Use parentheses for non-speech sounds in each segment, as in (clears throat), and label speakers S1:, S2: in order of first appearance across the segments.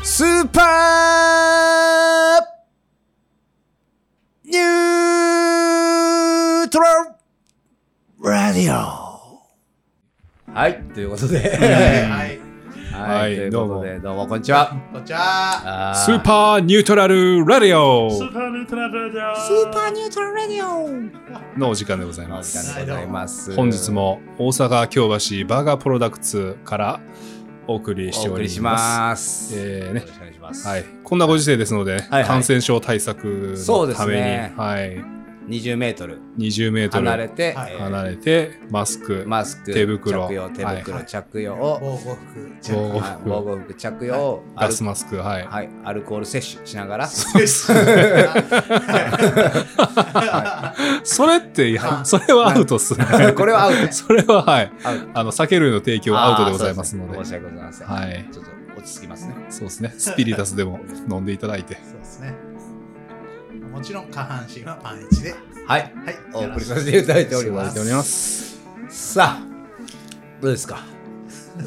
S1: ーパーニュートラルラディオ
S2: はい、ということで。
S3: はい。
S2: は
S4: はい
S2: い、ということで、どうもこんにちは。
S3: こんにちは。
S2: あ
S4: スーパーニュートラルラディオ
S3: ーパーニュートラルだ
S1: スーパーニュートラルラディ
S4: のお時間でござい
S2: お
S4: ま
S2: 時間
S4: す。
S2: でございます。
S4: 本日も大阪京橋バーガープロダクツからお送りして
S2: お
S4: お
S2: 送
S4: り
S2: りし
S4: ます。
S2: ます。
S4: えー
S2: よ
S4: ね
S2: ろしくお願いします。
S4: はい、こんなご時世ですので、
S2: はい
S4: 感染症対策
S2: そう
S4: の
S2: です
S4: ために、
S2: ね
S4: はい、
S2: 20メートル
S4: 20メートル
S2: 離
S4: 離
S2: れ
S4: れ
S2: て、
S3: はい
S2: えー
S4: てマスク、
S2: マスク、
S4: 手袋
S2: 着用、手袋、
S4: はい
S2: 着用を、
S3: 防護服。
S4: 防護
S2: はい
S4: 服
S2: 防護服着用を、ア
S4: ガ
S2: ル
S4: スマスク、はい、
S2: はい、アルコール摂取しながら、
S4: それって、
S3: はい
S4: それはアウトっ
S2: (laughs)
S4: すね。
S2: これはアウトね
S4: それははい、
S2: アウト
S4: あの酒類の提供アウトでございますので、
S2: あーそうですね申し訳ございません。
S4: はい
S2: ちょっと落ち着きますね。
S4: そうですね、スピリタスでも飲んでいただいて。
S3: そうですね。もちろん下半身はパンイチで。
S2: はい、
S3: はい。
S2: お送りさせていただいております。
S4: おります。
S2: さあ、どうですか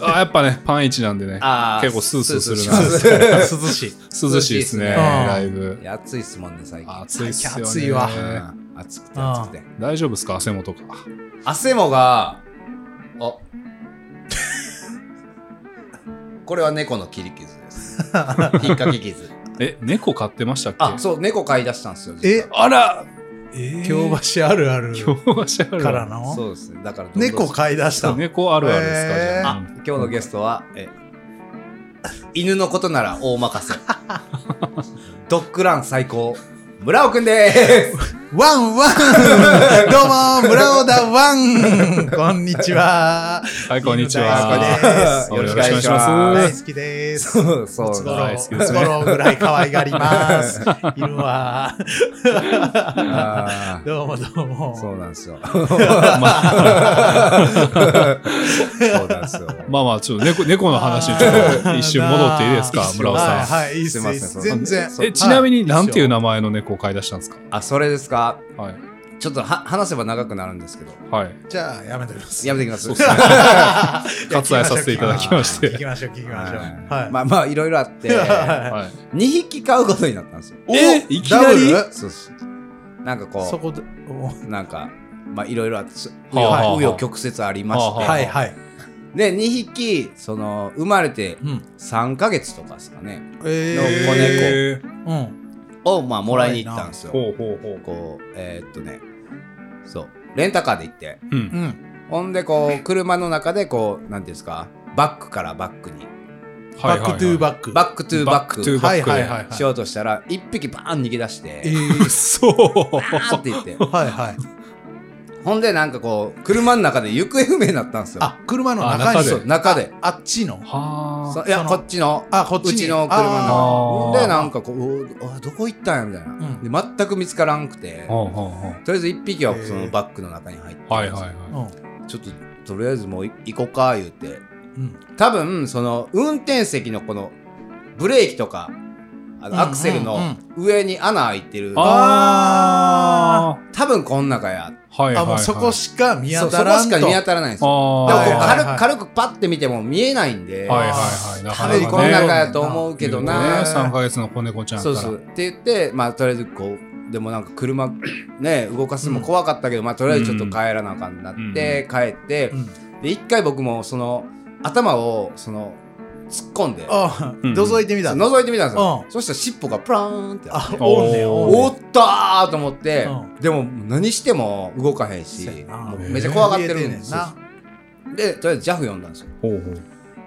S4: あやっぱね、パンイチなんでね、
S2: あー
S4: 結構スースーする
S2: スースーし
S4: な。
S3: 涼しい。
S4: 涼しい
S2: 涼し
S4: ですね、
S2: いっすね
S4: だいぶ
S2: い。や暑いっすもんね、最近。
S4: 暑いっすよね。
S3: 暑い
S2: う
S3: わ
S2: ん暑くて暑くて。
S4: 大丈夫ですか汗もとか。
S2: 汗もが、あ (laughs) これは猫の切り傷
S4: (laughs)
S2: です。引っ掛け傷。
S4: え、猫飼ってましたっけ
S2: あ、そう、猫飼い出したんですよ。
S3: え
S2: 実、
S4: あらえー
S3: 京橋あるある
S4: 京橋ある
S3: か
S4: あ
S3: ら
S4: る。
S2: は
S3: の
S2: そうですね。だからどんどん、
S3: 猫飼い出し
S4: そ
S3: た
S4: う。猫あるあるですか、
S3: えー
S4: じゃあ
S2: あ、今日のゲストは、え、犬のことなら大任
S3: (laughs)
S2: せ。ドッグラン最高。村尾くんでーす。
S3: ワンワンどうも、村尾だワンこんにちは。
S4: はい、こんにち
S3: 犬大好
S4: は。
S3: きです
S4: よろしくお願いし
S3: 大
S4: ま
S3: 好きです。
S2: そうそ
S3: ムツ
S2: う
S3: ゴ
S2: だ。
S3: ロ
S4: 大
S3: ウ、
S4: 好き
S3: ム
S4: です
S3: ツゴ
S4: ね
S3: ロウぐらい可愛がります。いるわ。
S2: あー
S3: どうもどうも。
S2: そうなんですよ。そうなんですよ。
S4: まあまあ、ちょっと猫猫の話にちょっと一瞬戻っていいです
S3: あ
S4: か
S3: ー、
S4: 村尾
S3: はい
S4: さ
S3: はい、いいっす
S2: すい
S3: い
S2: ま
S3: い
S2: せ
S3: っ
S2: ん
S3: す。全然。
S2: そ
S4: ん。え、ちなみに、なんていう名前の猫を飼い出したんですか
S2: あ、それですか
S4: はい。
S2: ちょっとは話せば長くなるんですけど、
S4: はい。
S3: じゃあ、やめておきます。
S2: やめてきます。
S4: (laughs) 割愛させていただきまし
S3: 聞き
S4: て。
S3: ましょう、聞きましょう。
S2: は
S3: はいい。
S2: まあまあ、いろいろあって、2
S4: (laughs) はい。
S2: 匹買うことになったんですよ。
S4: えいきなり
S2: ダブルそうそうなんか
S3: そ
S2: こ
S4: (laughs)
S3: こで、お
S2: う、なんか、まあいろいろあって、紆
S4: はあはあはあ
S2: 余紆余曲折ありまして、
S4: はあ
S3: はいはい。
S2: で、2匹、その、生まれて
S3: うん。
S2: 3ヶ月とかですかね、
S3: え
S4: え
S3: ー。うん。
S2: をまあもらいに行ったんですよ。
S4: ほうほうほう。
S2: こう、えーっとね、そう、レンタカーで行って、
S4: うん
S3: う。ん。
S2: ほんでこう、車の中でこう、なんていうんですか、バックからバックに、
S4: はいは
S3: バ
S4: い
S3: ッ
S4: はい
S3: クトゥーバック。
S2: バックトゥーバッ
S4: バッ
S2: ク
S4: クトゥー
S3: はいはいはい
S2: し
S3: は
S2: ようとしたら、一匹バーン逃げ出して、
S3: い。え
S4: うっそ
S2: バーンって言って、
S3: ーはいはい。
S2: ほんでなんかこう、車の中で行方不明になったんですよ。
S3: あ、車の
S4: あ
S3: 中
S4: 中
S3: に
S4: で
S2: そ。う中で。
S3: あっちの
S4: は
S2: そいや、
S3: その
S2: こっちの、
S3: あ、こっち
S2: う
S3: に。
S2: ちの車
S3: あ
S2: の。
S4: あー
S2: で、なんかこう、おーあどこ行ったんやみたいな、
S3: ん
S2: で。全く見つからんくて、
S4: はは
S2: とりあえず一匹はそ
S3: へ
S2: の
S3: ー
S2: バッグの中に入って、
S4: はいはい
S3: ー
S4: は
S2: ちょっと、とりあえずもう行こうか、言うて。
S3: うん。うん。
S2: 多分、その、運転席のこの、ブレーキとか、あ
S3: うん
S2: のアクセルの上に穴開いてる。
S4: あ
S2: 多分こん中や。
S4: い。はいはいはい。
S3: あ、もうそこしか見
S2: そう
S3: 当
S2: そ
S3: た
S2: こ
S3: らん
S2: し
S3: と。
S2: か見当たらないんですよ。
S4: あ
S2: でもこう
S3: はい
S2: 軽
S3: はいはい
S2: く軽くパッて見ても見えないんで、
S4: ーはいはいはい。
S2: 多
S4: なかなか
S2: 分
S4: ね
S2: この中やと思うけどな。
S4: ね3ヶ月の子猫ちゃんや
S2: そ
S4: っ
S2: う
S4: たら。
S2: そう。って言って、まあとりあえずこう、でもなんか車 (clears throat) ね、動かすのも怖かったけど、まあとりあえずちょっと帰らなあかんなって、帰って、
S3: うん
S2: で、一回僕もその、頭をその、突っ込んで、
S3: あ、
S4: うん
S3: 覗いてみたの。
S2: 覗いてみたんですよ。
S3: うん
S2: そしたら尻尾がプラーンってあって
S3: あ、おんね
S4: お
S3: おんね
S2: おったーと思って、
S3: う
S2: でも何しても動かへんし
S3: そうやな
S2: もうめっちゃ怖がってるん
S3: ね
S2: で
S3: ん
S2: す
S3: な。
S2: でとりあえず JAF 呼んだんですよ
S4: ほうほう。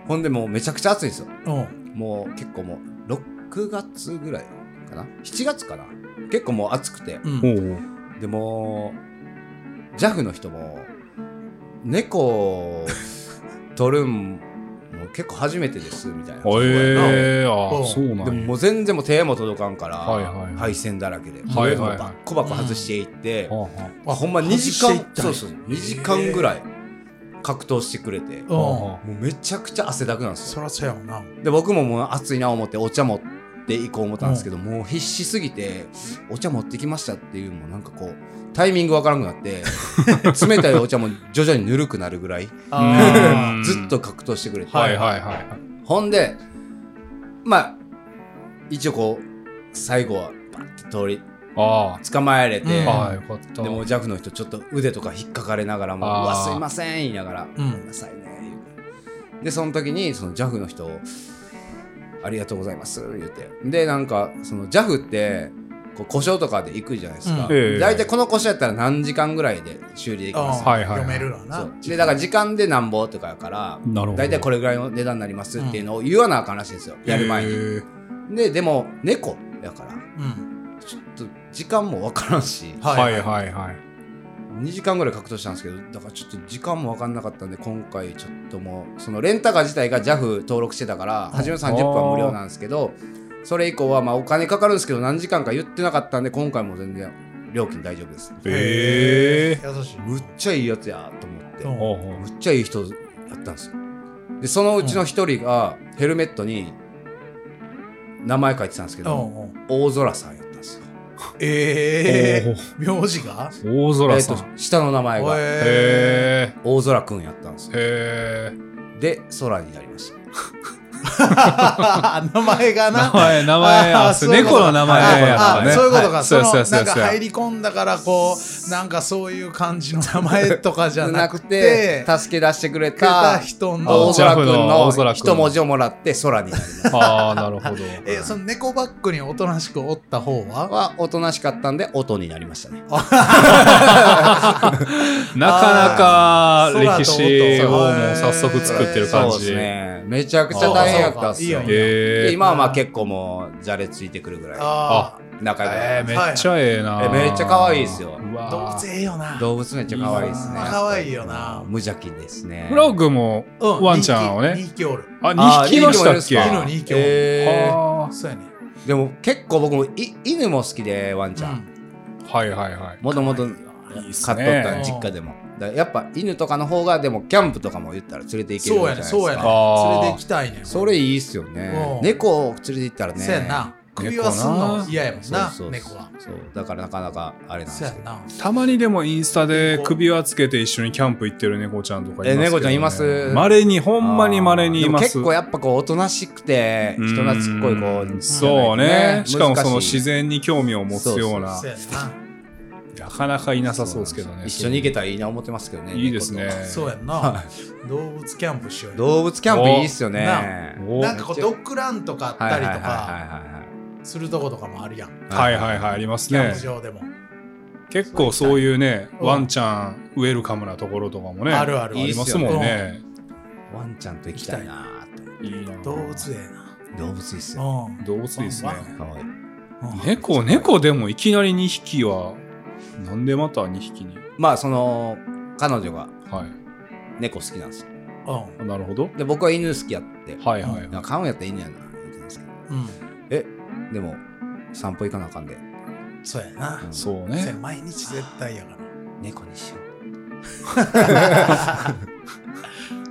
S2: ほんでもうめちゃくちゃ暑いんですよ
S3: うん。
S2: もう結構もう6月ぐらいかな7月かな結構もう暑くて
S3: う
S4: ほ
S3: ん。
S4: うほう。
S2: でもう JAF の人も猫を取るんもう結構初めてですみたいな
S4: えー、あ
S3: う
S4: ー、
S3: ん
S4: そう
S2: で
S4: な
S2: も
S4: んや。
S2: もう全然もう手も届かんから、
S4: はいはいはい
S2: 配線だらけで、
S4: はいはいはい
S2: バッコバコ外していって、
S4: はあは
S3: あ
S2: ほんま2時間
S3: 外していったん
S2: そう
S3: や
S2: そう2時間ぐらい格闘してくれて、
S3: う
S2: も
S4: あ
S3: ん。
S4: は
S2: うめちゃくちゃ汗だくなんです
S3: そ
S2: よ
S3: らそうやもんな。
S2: で僕ももう暑いな思ってお茶持っていこう思ったんですけど、もう必死すぎてお茶持ってきましたっていうのもなんかこうタイミングわからなくなって冷
S4: (laughs)
S2: たいお茶も徐々にぬるくなるぐらい
S4: あー
S2: ずっと格闘してくれて、
S4: あはいはいはい。
S2: ほんでまあ一応こう最後はバッて通り
S4: あ
S2: 捕まえれて、
S3: うん
S4: あああよかった
S2: でもジャフの人ちょっと腕とか引っかかれながらも「う
S4: あー
S2: わすいません」言いながら「
S3: うん
S2: ごめんなさいね」言うでその時にその JAF の人を「ありがとうございます」言ってでなんかその JAF ってこう故障とかで行くじゃないですか、
S3: うん
S4: ええ
S2: 大体この故障やったら何時間ぐらいで修理できます
S4: はいはいはい
S3: 読めるのはな。
S2: そうでだから時間でなんぼとかやから
S4: なるほど
S2: 大体これぐらいの値段になりますっていうのを言わなあかんらしいんですよ、やる前
S4: へ
S2: に
S4: ー
S2: ででも猫やから
S3: うん。
S2: ちょっと時間もわからんし
S4: はい
S3: い。
S4: はいはい
S2: 2時間ぐらい格闘したんですけどだからちょっと時間も分かんなかったんで今回ちょっともうそのレンタカー自体が JAF 登録してたから初め30分は無料なんですけどそれ以降はまあお金かかるんですけど何時間か言ってなかったんで今回も全然料金大丈夫です
S4: ええ
S3: 優しい。
S2: むっちゃいいやつやと思って
S3: うん
S4: ほうほう
S2: むっちゃいい人やったんですよでそのうちの一人がヘルメットに名前書いてたんですけど
S3: うんうん
S2: 大空さんやったんですよ
S3: ええ。名字が
S4: 大
S2: え
S4: 空
S2: っ
S4: さ
S2: と
S4: ん
S2: 下の名前が
S3: え
S4: へえ
S2: 大空くんやったんですよ
S4: へえ
S2: で空になりました
S3: (laughs) ー。名前
S4: 名
S3: がな。
S4: 前名前
S3: あー
S4: あ
S3: そういうこと
S4: 猫の名前や
S3: あ
S4: から
S3: あ
S4: ね
S3: そういうことか、
S4: は
S3: そ
S4: そう
S3: の
S4: やそうやそう
S3: な
S4: や
S3: んか
S4: そうや
S3: 入り込んだからこうなんかそういう感じの名前とかじゃなくて
S2: 助け出してくれ
S3: くれた
S2: た
S3: 人
S2: 大
S3: の
S4: あ
S2: 空くん
S4: 大
S2: の
S4: 空くん
S2: 一文字をもらって空になりました
S4: ああなるほど
S3: (laughs)
S4: (laughs)
S3: えその猫バッグにおとなしくおった方は
S2: はおとなしかったんで音になりましたね
S4: なかなか
S3: あー
S4: 歴史を
S3: 空と音
S4: もう早速作ってる感
S2: そうで
S4: じ
S2: す
S4: へ
S2: ねめちゃくちゃ大変やったっすよ
S3: あーそうかいいよ
S4: え
S2: で今はまあ結構もうじゃれついてくるぐらい
S3: あ
S2: 仲良く
S4: えーめっちゃええな、
S2: えめっちゃ可愛いですよ
S4: う
S3: あ
S4: わ
S3: 動物ええよな
S2: 動物めっちゃ可愛いですね
S3: いいな可愛いよな
S2: 無邪気ですね
S4: フラッグも
S3: うん
S4: ワンちゃんをね、
S3: 2匹おる
S4: あ
S2: あ
S4: 2匹いましたっけ
S2: 二
S3: 匹
S2: 匹
S3: の
S2: も
S4: あ
S2: いるん
S3: 二
S2: す
S3: 匹
S2: か
S3: おる
S2: えー
S4: あ
S3: そうやね
S2: でも結構僕もい犬も好きでワンちゃん
S4: はいはいはい
S2: もともと
S4: いいっす
S2: 買っと
S4: ね
S2: ったん実家でもだからやっぱ犬とかの方がでもキャンプとかも言ったら連れて行けるじゃ
S3: そう
S2: な
S3: や
S2: いで
S3: ね
S2: すか
S3: そうやね
S4: あー
S3: 連れて行きたいね
S2: それいいっすよね
S3: うん
S2: 猫を連れて行ったらね
S3: そうやな首輪すん
S4: 猫
S3: の
S4: な
S3: 嫌やもんな
S2: そうそう
S3: 猫は
S2: そうだからなかなかあれなんです
S3: そう
S2: よ
S3: やな
S4: たまにでもインスタで首輪つけて一緒にキャンプ行ってる猫ちゃんとかいますけど、ね、
S2: え猫ちゃんいます
S4: まれにほんまにまれにいます
S2: でも結構やっぱこうおとなしくて人懐っこい子
S4: うんそうねしかもその自
S2: 然
S4: 然に興味を持つような
S3: そうやな
S4: なかなかいなさそうですけどね
S2: 一緒に行けたらいいな思ってますけどね
S4: いいですね
S2: 猫と
S3: そうやな動物キャンプしようよ
S2: 動物キャンプいいっすよ
S3: な
S2: ね
S4: お
S3: なんかこうドッグランとかあったりとか
S2: は
S3: するとことかもあるやん。
S4: はいはいはいあります
S3: キャン
S4: ね
S3: プ場でも。
S4: 結構そういうね
S3: うん
S4: ワンちゃんウェルカムなところとかもね
S3: あるある
S4: ありますもんね
S2: ワンちゃんと行きたいなーって
S4: いいな
S3: 動物園な。
S2: 動物いいっすよ
S3: うん。
S4: 動物いいですね
S2: かわいい
S3: うん
S4: 猫猫でもいきなり2匹はなんでまた2匹に
S2: まあその彼女が
S4: はい
S2: 猫好きなんですよ
S3: うん。
S4: なるほど
S2: で僕は犬好きやって
S4: はいはい
S2: なんか買うんやったら犬やな言ってますけど
S3: うん。
S2: でも散歩行かなあかんで
S3: そうやな。
S4: そう
S3: そうや
S4: ね
S3: 毎日絶対やから。
S2: 猫にしよ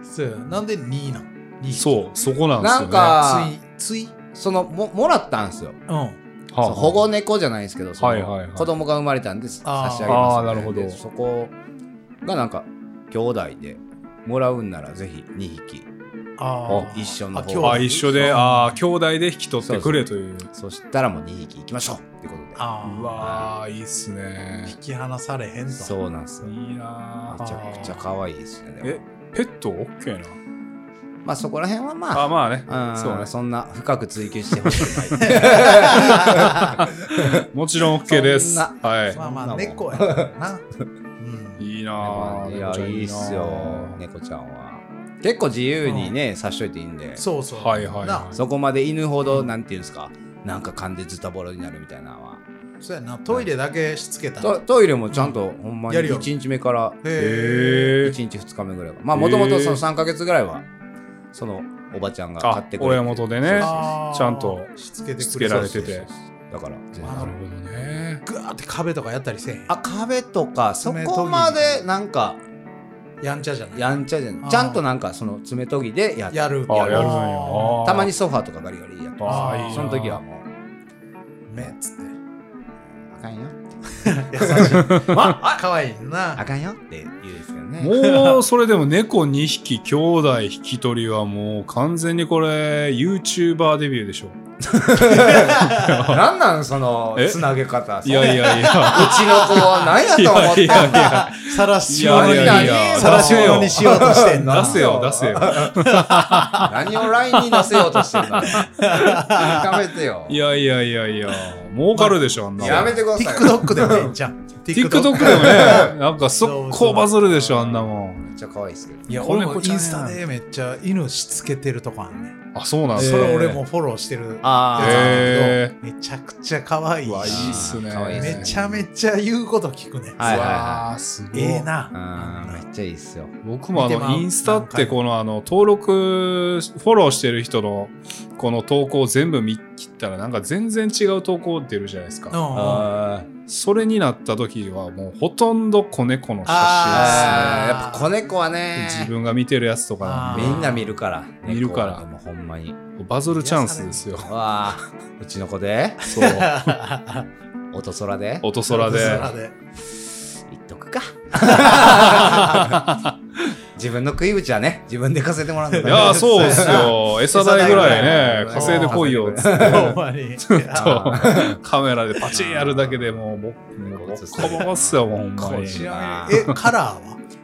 S3: そうや。なんで2なん二匹
S4: そうそこなん
S2: う
S4: です
S2: な
S4: よね
S2: んか
S3: つい、つい。
S2: そのももらったんですよ
S3: うん。
S4: はあ
S2: そう保護猫じゃないんですけどその
S4: はいはいはい
S2: 子供が生まれたんです
S3: あー
S2: 差し上げます
S4: あーなるほど
S2: でそこがなんか兄弟でもらうんならぜひ2匹
S3: あ
S2: 一緒の方
S3: 今日
S4: あ一緒でああ兄弟で引き取ってくれという
S2: そしたらもう2匹行きましょうってことで
S3: あ
S4: う
S3: あ。
S4: わーいいっすね
S3: 引き離されへんと。う。
S2: そうなんですよめ
S4: いいな
S2: ちゃくちゃ可愛いですねでも
S4: えペット OK な
S2: まあそこら辺はまあ
S4: あまあね
S2: うん
S4: そうね
S2: そんな深く追求してほしくない。 (laughs)
S4: もちろん OK です
S2: そん
S3: ま
S4: は
S3: あま
S2: そんなも
S3: あ、
S2: ん
S3: 猫やから
S4: (laughs)
S3: な。うん
S4: い。いいなー
S2: いや、
S4: 猫ちゃん
S2: いいっすよ、
S4: なー
S2: 猫ちゃんは。結構自由にね、さしといていいんで、そ
S3: そうそう。
S4: はいはい
S3: な
S4: は。い
S2: こまで犬ほど、なんていうんですか、なんか噛んでズタボロになるみたいなのは。
S3: そうやな。トイレだけしつけたら。
S2: トトイレもちゃんと、ほんまに
S3: やるよ
S2: 1日目から
S3: へえ。
S4: へ
S2: 1
S4: え
S2: 日2日目ぐらいは。まあ、もとも
S4: へ
S2: と
S4: ー
S2: その3ヶ月ぐらいは、そのおばちゃんが買ってくれて
S4: あ親元でね
S3: あー
S4: ちゃんと
S3: しつけて
S4: しつ
S3: く
S4: け
S3: れ
S4: られて
S2: そうそう
S4: て
S2: そうだから、全然
S4: なるほどね
S3: ぐわーって壁とかやったりせえへん
S2: あ、壁とか、そ
S3: 爪研ぎ
S2: こまでなんか、
S3: やんちゃじゃない
S2: やんちゃじゃな
S3: あー
S2: い。ちゃんとなんか、その爪研ぎでやっ
S3: やる
S4: あやるんや
S3: あ
S4: あー
S2: たまにソファーとかガリガリやってま
S4: あーいいなー
S2: すその時はもう
S3: ー目っつって
S2: あかんよ
S4: (laughs)
S3: 優しいまあ可愛いな
S2: あかんよって言うんですけどね (laughs)
S4: もうそれでも猫2匹兄弟引き取りはもう完全にこれ YouTuber デビューでしょ
S2: なんなんその
S4: え
S2: つなげ方
S4: いやいや
S2: (laughs)
S4: い
S2: うち
S4: や。
S2: の子は何やと思ってん
S4: いやいやいや
S2: だ
S3: さらしもの
S4: い
S3: に
S4: やいやいや
S3: さらしものにしようとしてんの
S2: な
S4: 出せ
S3: (laughs)
S4: よ、出せよ。
S2: 何を LINE に出せようとして
S4: (laughs)
S2: るのやめてよ
S4: いやいやいやいや、儲かるでしょ、あんなもん。
S2: やめてくださいよ
S3: TikTok でもええんちゃん
S4: TikTok でもね、なんか速攻バズるでしょ、あんなもん。
S2: めっちゃ可愛いですけど
S3: いや
S4: これ
S3: 俺
S4: も
S3: もインスタでめっちゃ犬しつけてるとこあんねん
S4: あ、そうなんだ。
S3: それ俺もフォローしてる
S2: あ
S3: やつ
S4: へ
S3: なんだけどめちゃくちゃ可愛いう
S4: わ、いい
S3: し
S4: っすね。
S2: 可愛いですね
S3: めちゃめちゃ言うこと聞くねん
S2: はいはいはい
S4: わあすごい。
S3: ええな
S2: あめっちゃいいっすよ
S4: 僕もあ
S3: 見てま
S4: の
S3: う
S4: インスタってこのあの登録フォローしてる人のこの投稿全部見切ったらなんか全然違う投稿出るじゃないです
S3: う
S4: か、
S3: んうん
S2: あ
S4: それになった時はもうほとんど子猫の写真
S2: あ
S3: あー
S2: やっぱ子猫は
S4: で
S2: ね
S4: すね自分が見てるやつとか
S3: あ
S2: みんな見るから
S4: 見るか
S2: 猫は
S4: ら
S2: でもほんまに
S4: バズるチャンスですよ
S2: わあうちの子で
S4: そう
S2: (laughs) 音空で
S4: 音空で
S3: 空で
S2: 言っとくか (laughs) 自分の食い口はね自分で稼いでもらうんだ
S4: いやー (laughs) そうです
S2: (laughs)
S4: よ
S3: 餌
S4: 餌
S3: 代
S4: 代ぐらいね
S3: ぐらい
S4: 稼いでこいよっつっ
S3: (laughs) ほん
S4: て
S3: まに
S4: とカメラでパチンやるだけでもうボッコボコっすよもうほんまに
S3: ちな
S2: あ
S3: みにえカラーは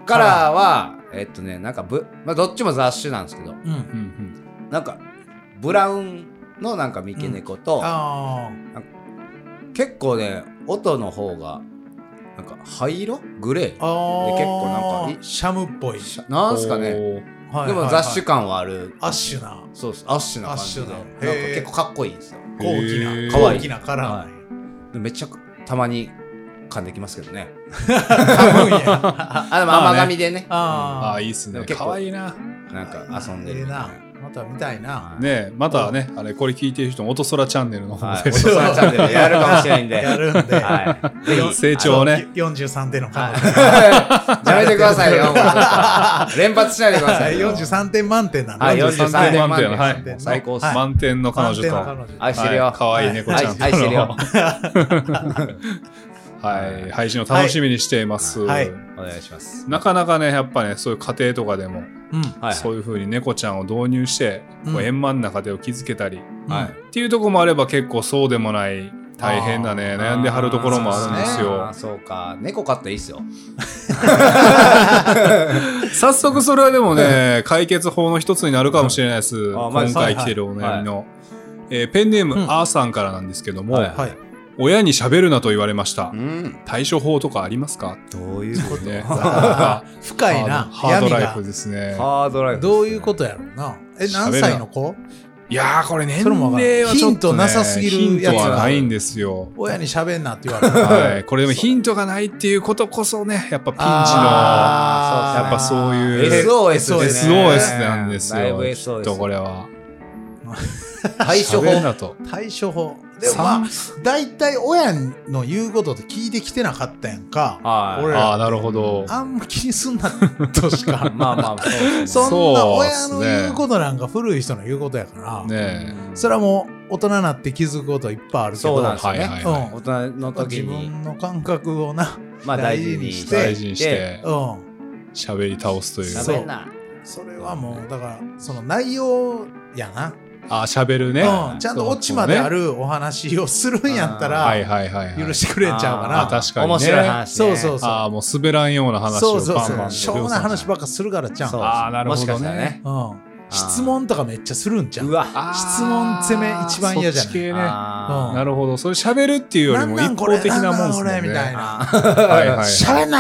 S2: カラーはえっとねなんかブ、まあ、どっちも雑種なんですけど
S3: うん
S4: うんうん
S2: なんかブラウンのなんか三毛猫と、
S3: ああ
S2: 結構ね音の方がなんか灰色グレー
S3: あ
S2: で
S3: ー
S2: 結構なんかい
S3: シャムっぽい、
S2: なんすかね
S4: おー
S2: でも雑種
S3: か
S2: 感はある
S3: アッシュな
S2: そうですアッシュな感じで
S3: アッシュだ
S2: なんか
S3: へー
S2: 結構かっこいいんですよ
S3: 高貴
S4: へー
S3: な
S2: 可愛い
S3: 高貴なカラーなんや
S2: でめっちゃたまに噛んできますけどね
S3: 噛むん
S2: (laughs)
S3: や。
S2: あでも
S4: まあね
S2: 甘噛みでね
S4: あ
S3: あ
S4: あ
S3: ー
S4: いいっす
S2: で
S4: ね
S2: も結構
S4: 可愛いな
S2: なんか遊んで
S3: え
S2: る
S3: え
S2: みたいな
S3: な。また見たいな。
S2: はい
S4: ねえまたね、あれ、これ聞いてる人も、音空チャンネルの方
S2: はい、
S4: で、
S2: お父さんチャンネルやるかもしれないんで。
S3: (laughs) やるんで。
S2: はい。ぜひ。
S4: 成長をね、
S3: 43点の彼女。
S2: はいやめてくださいよ。
S4: (laughs)
S2: もう連発しないでくださいよ。
S3: 43点満点なん
S2: はい、
S3: で。
S2: 43点満点。
S4: はい
S2: もう最高っす。
S3: はい
S4: 満点の彼女
S3: 満点
S4: と、
S3: の彼女
S2: 愛してるよ。
S4: はい可愛い猫ちゃんと
S2: 愛愛してる
S4: (laughs)
S2: よ。
S4: はい、配信を楽しみにしています、
S3: はいはい
S2: お願いします。
S4: なかなかね、やっぱね、そういう家庭とかでも、
S3: うん。
S2: はい。
S4: そういうふうに猫ちゃんを導入して、こう
S3: うん
S4: 円満な家庭を築けたり、
S2: は
S3: はいい。
S4: っていうところもあれば、結構そうでもない、大変だね、悩んではるところもあるんです
S2: あ
S4: よ
S2: ー。そうか。猫飼ったらいいっすよ。
S4: 早速、それはでもね、解決法の一つになるかもしれないです。
S2: あ
S4: 今
S2: ーまあ
S4: 回来てるお悩みの。えーペンネーム、
S3: うん
S4: あーさんからなんですけども、
S2: はい
S3: はい。
S4: 親に喋るなと言われました
S2: う。ん。
S4: 対処法とかありますか
S2: どういうこ
S4: ね
S3: あ
S4: (laughs)
S3: ー深いな。
S4: ハードハードライフですね。
S2: ハードライ
S3: 闇が
S2: フ。
S3: どういうことやろうな。え、何歳の子
S4: いやー、これ年
S3: それもわからん
S4: 齢はちょっと、ね、
S3: ヒントなさすぎるやつ
S4: ヒン
S3: が
S4: トはないんですよ。
S3: 親に喋んなって言われる。
S4: はい、これでもヒントがないっていうことこそね、やっぱピンチの、や
S3: あー
S4: っぱそう
S3: そうです
S4: い
S2: SOS
S4: う
S3: ね
S2: ですね。
S4: SOS なんです
S2: だい
S4: よ。
S2: ぶ
S4: きっと
S2: SOS
S4: こ。れ
S3: (laughs)
S4: は。
S2: 対処
S4: 喋る
S2: 法。
S4: なと。
S3: 対処法。でもまあ、大体親の言うことって聞いてきてなかったやんか。
S2: はい
S3: 俺
S4: あ
S3: ら
S4: あ、なるほど。
S3: あんま気にすんな
S4: (laughs)
S3: としか。
S2: まあまあ、そうですね。
S3: そんな
S4: そうっ
S3: 親
S4: すね
S3: の言うことなんか古い人の言うことやから、
S4: ね
S3: それはもう大人になって気づくこといっぱいあるけど
S2: そうなん
S4: え。
S2: ですよ
S4: はい
S2: ね
S4: はい、
S3: うん
S4: はい。
S2: 大人の時
S3: 自
S2: に、
S3: 分の感覚をな、
S2: まあ大事にして、
S4: 大事にして、
S3: うん、
S4: 喋り倒すという。
S3: そう
S2: 喋んな。
S3: それはもうだからその内容やな、
S4: ああ、喋るね。
S3: うん、ちゃんとオチまであるお話をするんやった
S2: あ
S4: はい
S3: ら
S4: はいはいはい。
S3: 許してくれんちゃうかな、
S4: あー確かにね
S2: 面白い話、ね。
S3: そうそうそう
S4: ああ、もう滑らんような話
S3: そ
S4: を
S3: うそう
S4: バ
S3: そ
S4: ンバン
S3: う
S4: と
S3: しょうもない話ばっかするからちゃ
S2: そう
S3: う、
S4: あーなるほ
S2: も
S4: どね
S2: しかしたらね。
S3: うん、質問とかめっちゃするんちゃ
S2: う
S3: う
S2: わ。
S4: あー
S3: 質問攻め一番嫌じゃない
S4: そっち系ね
S2: あー
S4: なるほど。それ喋るっていうよりも
S3: なんな
S4: 一
S3: んこれ
S4: 方的なもんですもんね。
S3: なんなんこれみたいな
S2: あ
S4: はいはい。
S3: 喋んな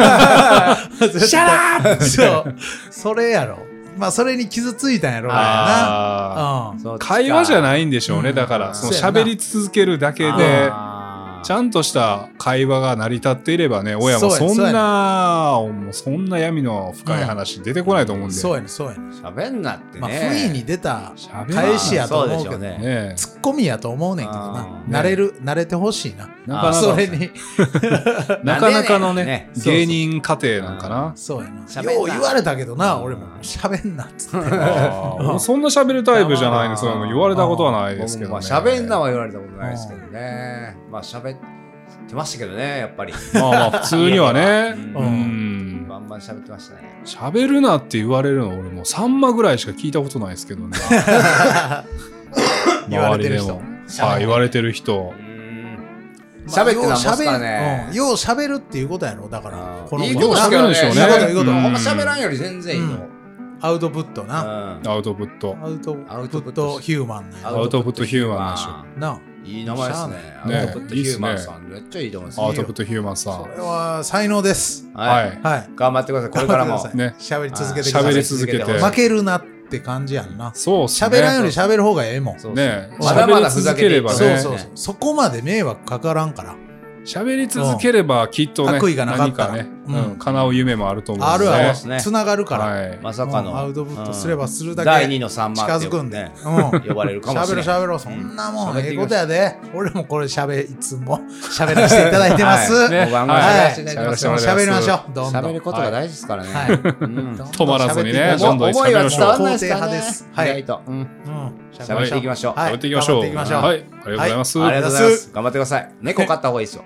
S4: (laughs)
S3: ーシャラー (laughs) そうそれやろまあそれに傷ついたんやろうな
S4: あ
S3: うん
S2: ーそっ
S4: ー
S2: ちか
S4: 会話じゃないんでしょうね。
S3: うん
S4: だから、その
S3: そうやな
S4: 喋り続けるだけで、
S2: あー
S4: ちゃんとした会話が成り立っていればね、親も
S3: そう
S4: そ
S3: や
S4: ん
S3: そうや
S4: な、もうそんな闇の深い話出てこないと思うんで。
S3: そうやねそうやね
S2: 喋んなってね。
S3: まあ不意に出た
S4: 喋るな
S3: 返しやと思う
S2: そでし
S3: け
S2: ょ
S3: ど
S2: ね。
S4: ねえ
S3: ツッコミやと思うねんけど
S2: あ
S3: な
S2: ー
S3: 慣れる慣れてほしいな
S4: なかな
S3: そ
S4: か、
S3: れに
S4: なかなかの
S2: なんでやね
S4: ね
S2: んね、
S4: 芸人家庭なんかな。
S3: そうやな
S2: 喋んな
S3: よう言われたけど
S2: う
S3: なん俺も喋んなっつって
S4: あー俺そんな喋るタイプじゃないんですよ。言われたことはないですけど、ね。
S2: 僕もまあ喋んなは言われたことないですけどね。まあ喋ってましたけどね、やっぱり。
S4: まあまあ普通にはね。
S2: う
S4: うんん。
S2: バンバン喋ってましたね。
S4: 喋るなって言われるの俺もうサンマぐらいしか聞いたことないですけどね。
S3: (laughs) 言われてる人
S4: 周りでもはい、言われてる人
S2: う。ん喋ってなんぼっすからね
S3: まあよう喋るうんよう喋るっていうことやろだから
S2: あー
S3: この
S2: いい
S4: 子
S2: こと
S4: は
S2: し
S4: 喋
S2: てる
S4: るん
S2: ん
S4: で
S2: でし
S4: し
S2: ょ
S4: ょう
S2: うね。
S4: ね
S3: いいこといいこ
S2: ほ
S3: と
S2: んま喋らんより全然いいよ。
S3: アウトプット
S2: う
S3: な、
S2: ん
S4: アウトプット。
S3: アウトプ
S2: アウトプ
S3: ッ
S2: ット
S3: トヒューマンなんや
S4: アウトプットヒューマンでしょ
S3: なあ
S2: いい名前ですね。
S4: ね
S2: アウトプットヒューマンさん、めっちゃいいと思います
S4: アウトプットヒューマンさ
S3: こ
S4: ん。
S3: れは才能です
S2: はい。
S3: はい
S2: 頑張ってください。これから
S3: (laughs)
S2: も
S3: 頑張っ。て
S4: ね
S3: ください喋り続けてくだ
S4: 喋
S3: さ
S4: り
S3: い
S4: 続けて。
S2: 喋り
S3: 負けるなって感じやんな
S4: そうっすね。
S3: 喋らんより喋る方がええもん
S2: そうそう
S4: ね
S2: まだまだふざけていい
S4: まあ
S3: そ
S4: ね
S3: うそうそう。そこまで迷惑かからんから。
S4: 喋り続ければきっとね、
S3: 悪意がなかったら
S4: 何かね、
S3: うん
S4: うん、叶う夢もあると思うん
S3: あ
S4: で
S3: る
S4: ね。
S3: あ
S2: そうですね
S3: る。つながるから。
S4: はい。
S2: まさか
S3: うん
S2: の。
S3: アウトプットすればするだけ
S2: 第2の3万。
S3: 近づくんで。
S2: ね。
S3: うん
S2: 呼ばれるかもし
S3: 喋
S2: れない。
S3: ろう喋ろう。そんなも
S2: うん
S3: ん、
S2: 喋っ
S3: え
S2: てい
S3: え
S2: きましょう
S3: ことやで。俺もこれ喋、いつも喋らせていただいてます。
S2: は
S3: はいい。
S2: ね
S4: は
S2: も
S4: い
S2: う番組
S3: はい
S2: 出していただきます
S4: は
S2: よ
S4: い
S3: 喋りましょう。どんどん。
S2: 喋ることが大事ですからね。
S3: はい
S2: うん
S3: どんどん
S4: 止まらずにね
S3: 喋
S4: どん
S3: っていきましょう
S4: どん
S2: 思いは伝わらないですからね
S3: 肯定派です。
S2: 意
S3: はい
S2: 外と。うん
S3: うん
S2: 喋っていきましょう。
S3: はい
S4: やっていきましょう。
S3: 頑張っていきましょう
S4: はい。ありがとうございます。
S2: ありがとうございます。頑張ってください。猫飼った方がいいですよ。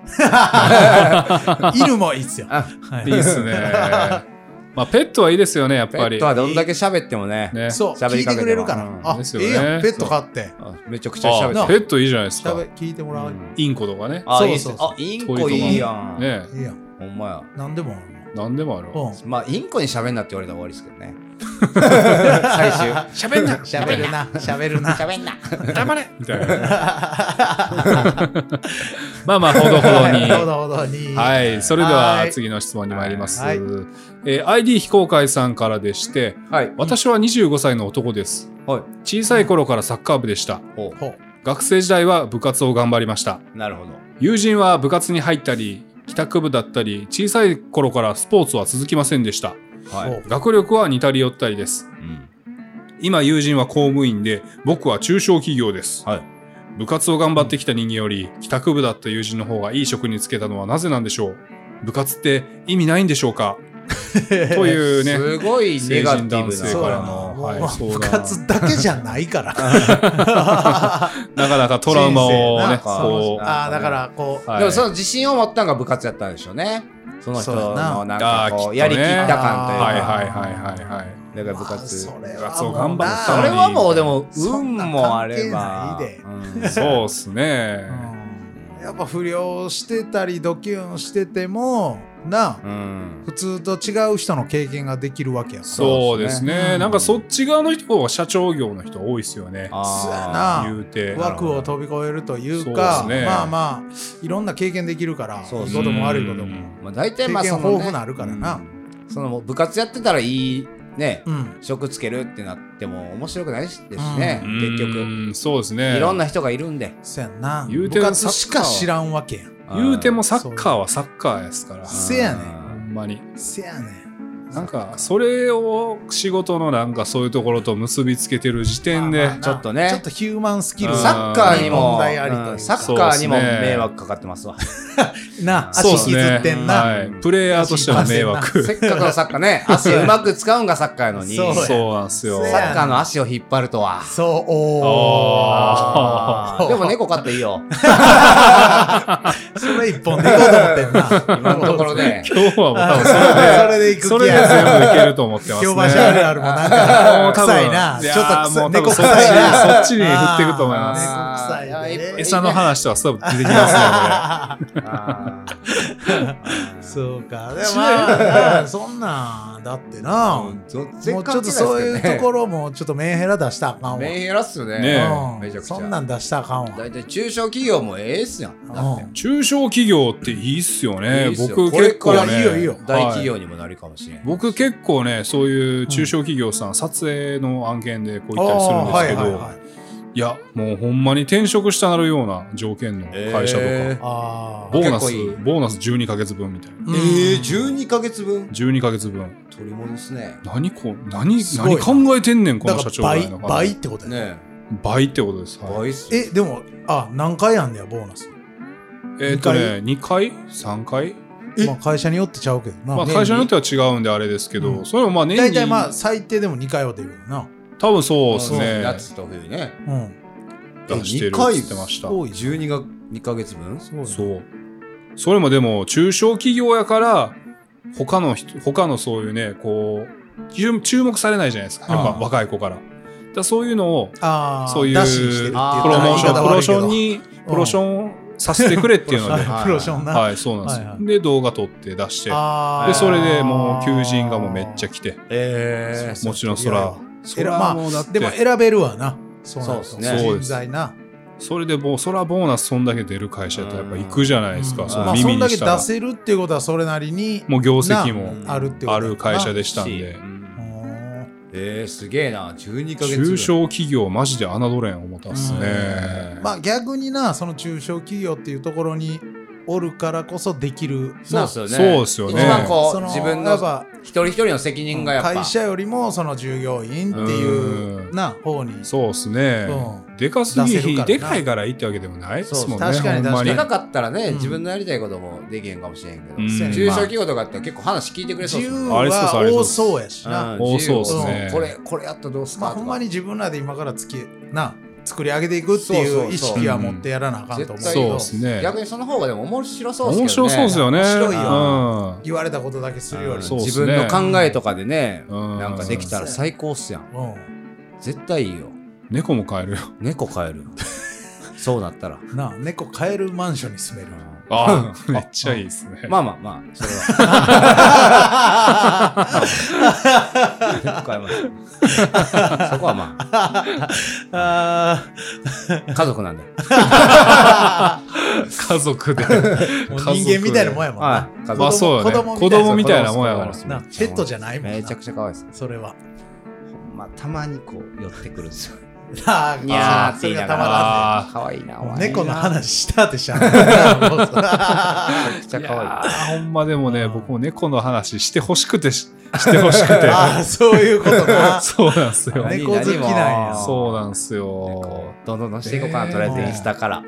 S3: 犬もいいっすよ。
S2: あ
S3: はい
S4: いいですね。まあ、ペットはいいですよね、やっ
S2: ペ
S4: ぱり。
S2: ットはどんだけ喋ってもね。
S4: ね。
S3: そう、
S2: 喋
S3: 聞
S2: り
S3: い
S2: かけて
S3: て
S2: も
S3: くれるか
S2: う
S3: ら
S2: ん。
S3: あ
S4: です、よ
S3: え
S4: ね
S3: えやん。ペット飼って。
S2: あめちゃくちゃ
S4: あ
S2: 喋って
S4: ペットいいじゃないですか。
S3: 喋、聞いてもらう。
S4: インコとかね。
S2: あ、
S3: そう
S2: いいっす
S3: そうそう
S2: あ、インコいいやん。
S4: ね
S3: いいやん。
S2: ほんまや。
S3: なんでもあるの。
S4: 何でもあるわ。
S3: うん。
S2: まあ、インコに喋んなって言われたら終わりですけど (laughs) ね。最終。
S3: 喋んな喋るな喋るな
S1: 喋んな。
S4: 黙れみたいな。まあまあ、ほどほどに。
S3: (laughs) ほどほどに
S4: はい。それで
S3: は
S4: はい次の質問に参ります。
S3: はい
S4: えー ID 非公開さんからでして、
S2: (laughs) はい。
S4: 私は25歳の男です。
S2: はい。
S4: 小さい頃からサッカー部でした。
S2: ほ
S3: ほう
S4: 学生時代は部活を頑張りました。
S2: う。なるほど。
S4: 友人は部活に入ったり、帰宅部だったり、小さい頃からスポーツは続きませんでした。
S2: はい。
S3: ほ
S4: 学力は似たり寄ったりです。
S2: うん。
S4: 今友人は公務員で僕は中小企業です、
S2: はい
S4: 部活を頑張ってきた人間より帰宅部だった友人の方がいい職に就けたのはなぜなんでしょう部活って意味ないんでしょうかというね
S2: すごいネ
S4: 成
S2: ガテ
S4: 人
S2: ィ
S4: 男
S2: ブ
S4: 性
S2: な。
S4: か
S3: や
S4: ら
S3: な
S4: の、
S3: もう
S4: はい、相
S3: 部
S4: 談
S3: 活だけじゃないから
S4: なかなか (laughs) トラウマ
S3: 人
S4: を
S3: 生な
S4: ね
S3: そ
S4: こ
S3: う
S4: う、
S3: あーだからこう
S4: はい
S2: でもその自信を持ったのが部活やったんでしょうね。その人
S3: そうや
S2: の
S3: な
S2: なんか
S4: あーきっ
S2: ことう
S4: ね
S2: やりきった感という
S4: はい
S2: か、
S4: はいはいはいはい
S2: だから部
S3: まあ
S2: 活。
S3: そ
S2: そ
S3: れ
S4: 部
S3: は
S4: 活を
S3: も
S4: 頑
S3: う
S4: 張ったのに
S2: れはもうでも
S3: そん
S2: 運
S3: な
S2: もあれば
S3: 関係ないで、
S2: うん
S4: そうっすね、
S3: うんやっぱ不良してたりドキュンしててもなあ
S2: うん
S3: 普通と違う人の経験ができるわけやから
S4: そうですね
S3: うん
S4: なんかそっち側の人は社長業の人多いっすよね
S3: そうや
S2: あ
S3: な
S4: 言うて
S3: 枠を飛び越えるというか
S4: そうですね
S3: まあまあいろんな経験できるからいい
S2: そう
S3: こ
S2: そう
S3: とも悪いことも
S2: ーまあ大体
S3: 経
S2: まあ
S3: 験
S2: そ
S3: 豊
S2: の、ね、
S3: 富なあるからな
S2: その部活やってたらいいね、
S3: うん
S2: 職つけるってなっても面白くないですしね、
S4: うん
S2: 結局、
S4: うんそうですね
S2: いろんな人がいるんで。
S3: そやんな
S4: 言う
S3: 部
S4: ても
S3: 活しか知らんわけやん
S4: 言うてもサッカー
S3: そ
S4: はサッカーですから、
S3: せやね
S4: ほ
S2: ん。
S4: んまに。
S3: せやねん
S4: なんか、それを仕事のなんかそういうところと結びつけてる時点で、
S3: まあまあな
S2: ちょっとね
S3: ちょっとヒューマンスキル
S4: うん
S2: サッカーにも、
S3: 問題ありという
S2: うん
S3: か
S2: サッカーにも
S4: そうっすね
S2: 迷惑かかってますわ。
S3: な
S2: そう
S3: 足
S2: っ
S3: 引
S2: す
S3: き
S2: ね
S3: ずってんな
S4: はい。プレイヤーとしての迷惑。
S2: せっかくのサッカー
S3: (laughs)
S2: ね、足をうまく使うんがサッカーやのに、
S3: そう
S2: サ
S3: や
S4: そうなんですよ
S3: せ。や
S2: ッカーの足を引っ張るとは。
S3: そう
S4: あ
S3: お
S2: あー
S3: ー
S2: でも猫飼っていいよ。
S3: それ一本でいこうと思ってんな
S2: 今のところね。
S4: 今日はもう多分それ
S3: それでいく
S4: そ
S3: 気
S4: れで
S3: や
S4: 全部いけると思ってますね。
S3: 京橋あるあるもなんか臭いなちょっと臭い猫臭い
S4: そ
S3: な
S4: っちに振っていくと思いま
S3: あ
S4: す。
S3: ー猫臭いね
S4: 餌の話とは多分出てきますね、
S3: (laughs)
S2: あー
S3: そうか。
S4: (laughs)
S3: でもまあ、そんなん、だってな、
S2: あー。もう
S3: もうちょっとそういうところも、ちょっとメンヘラ出したらあかんわ。
S2: メンヘラっすよね。
S4: ねえ
S3: うん
S2: めちゃくちゃ
S3: そんなん出したらあかんわ。
S2: 大体中小企業もええっすやん。だって
S3: うん
S4: 中小企業っていいっすよね。
S2: いいっすよ
S4: 僕
S2: これ
S4: 結
S2: か
S4: 構
S2: ら
S4: ね。
S3: いいよいいよ
S2: 大企業にもなるかもしれん。
S4: 僕結構ねそういう中小企業さん、撮影の案件でこう行ったりするんですけど、
S3: あーはいいはいはい。
S4: やもうほんまに転職したなるような条件の会社とか、
S2: えー
S3: あ
S4: ボーナス
S2: 結構いい
S4: ボーナス12ヶ月分みたいな
S3: ー
S2: ええ12ヶ月分
S4: 12ヶ月分
S2: 取り戻すね。
S4: 何こう何
S3: すごい
S4: 何
S3: な
S4: 考えてんねんこ
S3: だ
S4: の
S3: か
S4: 社長
S3: ら
S4: ぐら
S3: 倍
S4: いの感じ
S3: 倍ってことやね。
S2: ね
S4: 倍ってことです、
S2: え。
S4: はい
S2: 倍っすよ
S3: え、でも、あ、何回やんねや、ボーナス。
S4: えっ、とね2回3回
S3: まあ、会社によってちゃうけどな。
S4: まあ
S3: 年に
S4: 会社によっては違うんであれですけど、
S3: うん
S4: それもまあ年
S3: 大
S4: に
S3: 体まあ、最低でも2回は出るよな。
S4: 多分そうですね
S2: 夏と冬ね。
S3: うん。
S4: 出して
S2: 二
S4: る
S2: 回
S4: って言ってました
S3: 多いな
S2: 12が2ヶ月分
S3: すごいな。
S4: そう。それもでも中小企業やから他の人他のそういうねこう注注目されないじゃないですかやっぱ
S3: うん
S4: 若い子から。らそういうのを
S3: あー
S4: そういう
S3: ダッシュにしてるって
S4: プ
S3: いう
S4: ロ
S2: あー
S4: モーション
S2: 言い方
S4: プロション
S3: っ
S4: にプロションさせてくれっていうの
S3: (laughs)
S4: で、
S2: はい
S3: プロションな、
S4: はい、そうなんですよ、
S3: はいはい
S4: で動画撮って出して
S3: あー
S4: でそれでもう求人がもうめっちゃ来て
S2: え
S4: もちろんそらそ
S3: えら
S4: ら
S3: ま
S4: もうだっ
S3: あ
S4: て
S3: でも選べるわなそうなん
S2: そう
S3: すよ
S2: っすね
S4: そう
S3: 人
S4: です
S3: 材な
S4: それでもうそらボーナスそんだけ出る会社やったらやっぱ行くじゃないですか、
S3: うん
S4: そ
S3: ま
S4: の
S3: あ
S4: 耳
S3: そん
S4: に
S3: だけ
S4: した
S3: 出
S4: ら
S3: せるっていうことはそれなりに
S4: もう業績も
S2: な
S3: あるってこ
S4: あ
S3: とやな
S4: る会社でしたんで
S3: うん
S2: えー、すげえな12ヶ月ぐらい
S4: 中小企業マジで侮れん思ったっすね、
S3: まあ逆になその中小企業っていうところにおるからこそできる
S2: そう
S3: な
S2: っすよね
S4: そうっすよね
S2: 一番こ
S3: そうの
S2: 自分
S3: や
S2: の
S3: っぱ
S2: 一人一人の責任がやっぱ
S3: 会社よりもその従業員っていううんな方に
S4: そうっすね、
S3: う
S4: でかすぎ
S3: 出せるか
S4: ひ
S3: らな
S4: でかいからいいってわけでもないですもんね
S3: そう確かに
S4: ほんま
S2: で
S3: 確
S2: かかったらね、自分のやりたいこともできへんかもしれへんけど、
S4: うん
S2: 中小企業とかって結構話聞いてくれそ
S3: 自
S2: うですもんね
S3: 由
S4: あれっすか
S3: は
S4: あれっすか
S3: 多そうやしな、
S2: ん
S4: 多そうっす
S3: ね
S2: これこれやったらどうす
S3: ま
S2: か
S3: あ、
S2: とか、
S3: ほんまに自分らで今から月な作り上げていくっていう意識は持ってやらなあかんと思うけ
S2: そう
S4: そう
S3: ど
S4: っすね
S2: 逆にその方がでも面白そう
S4: 面
S2: ですけどね
S4: 白そうっすよね
S3: 白い
S2: よ
S3: 言われたことだけするより
S4: そうっすね
S2: 自分の考えとかでね、
S4: うん
S2: なんかできたら最高っすやん
S3: う
S2: 絶対いいよ
S4: うん、猫も飼えるよ
S2: 猫飼えるよ
S4: (laughs)
S2: そうなったら
S3: ん、なあ猫飼えるマンションに住める
S4: あめっちゃいいですね、
S2: まあまあまあそれは (laughs) 猫飼えますそこはまあ
S3: あ
S2: 家族なんで
S3: (laughs)
S4: 家族で
S3: もう人間みたいなもんやもんな
S2: は、い家
S4: まあ
S2: 族
S4: そうよね
S3: 子供
S4: 子供みたいなもんやから
S3: なあペットじゃないもんな
S2: めちゃくちゃ可愛いです
S3: それは
S2: まあたまにこう寄ってくるんですよ
S3: なあ
S2: にゃーって
S3: そ
S2: 言
S3: れ
S2: いな
S3: がた
S2: が
S3: ま
S2: ら
S3: らんね
S4: あ
S2: 可愛いなお前
S3: 猫の
S2: め
S3: 話したってしゃあ
S2: (laughs) ちゃくちゃ
S4: い
S2: 可愛い
S4: やーほんまでもね
S3: うん
S4: 僕も猫の話してほしくてししてほしくて
S3: ああそういうこと
S4: (laughs)
S3: な
S4: そうなんですよ
S3: 猫好きなんや
S2: 何
S4: そうなんす
S2: も
S4: よ
S2: どんどんどんしていこうかな、
S3: えー
S2: とりあえずインスタから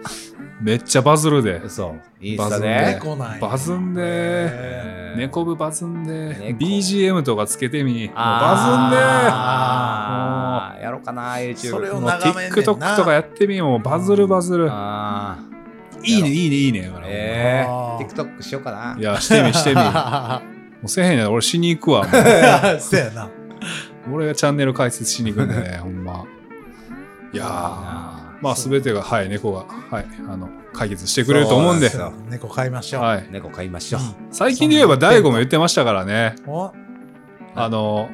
S4: めっちゃバズるで
S2: そうインスタ
S4: バズ
S2: で
S4: るね
S3: 猫なんや
S4: バズんで
S2: えー
S4: 猫部バズんで
S2: 猫
S4: BGM とかつけてみもうバ
S2: あーやろうかな YouTube
S3: それを
S4: ズんで
S3: 眺
S4: も
S3: めん
S4: う
S3: ね
S4: TikTok
S3: んな
S4: とかやってみもうバズるバズる
S2: あー
S4: いいねいいねいいねやから
S2: え
S3: あ
S2: ー
S3: ー
S2: TikTok しようかない
S4: やしてみしてみもうせえへんやろ俺しに行くわも
S3: (laughs) そうやな
S4: う俺がチャンネル解説しに行くんで (laughs) ねほんまいやーまあ全てがはい猫がはいあの解決してくれると思うんで
S2: そうなんで
S3: 猫飼いましょう、
S4: はい
S2: 猫飼いましょう
S4: 最近で言えば大悟も言ってましたからね
S3: お
S4: あの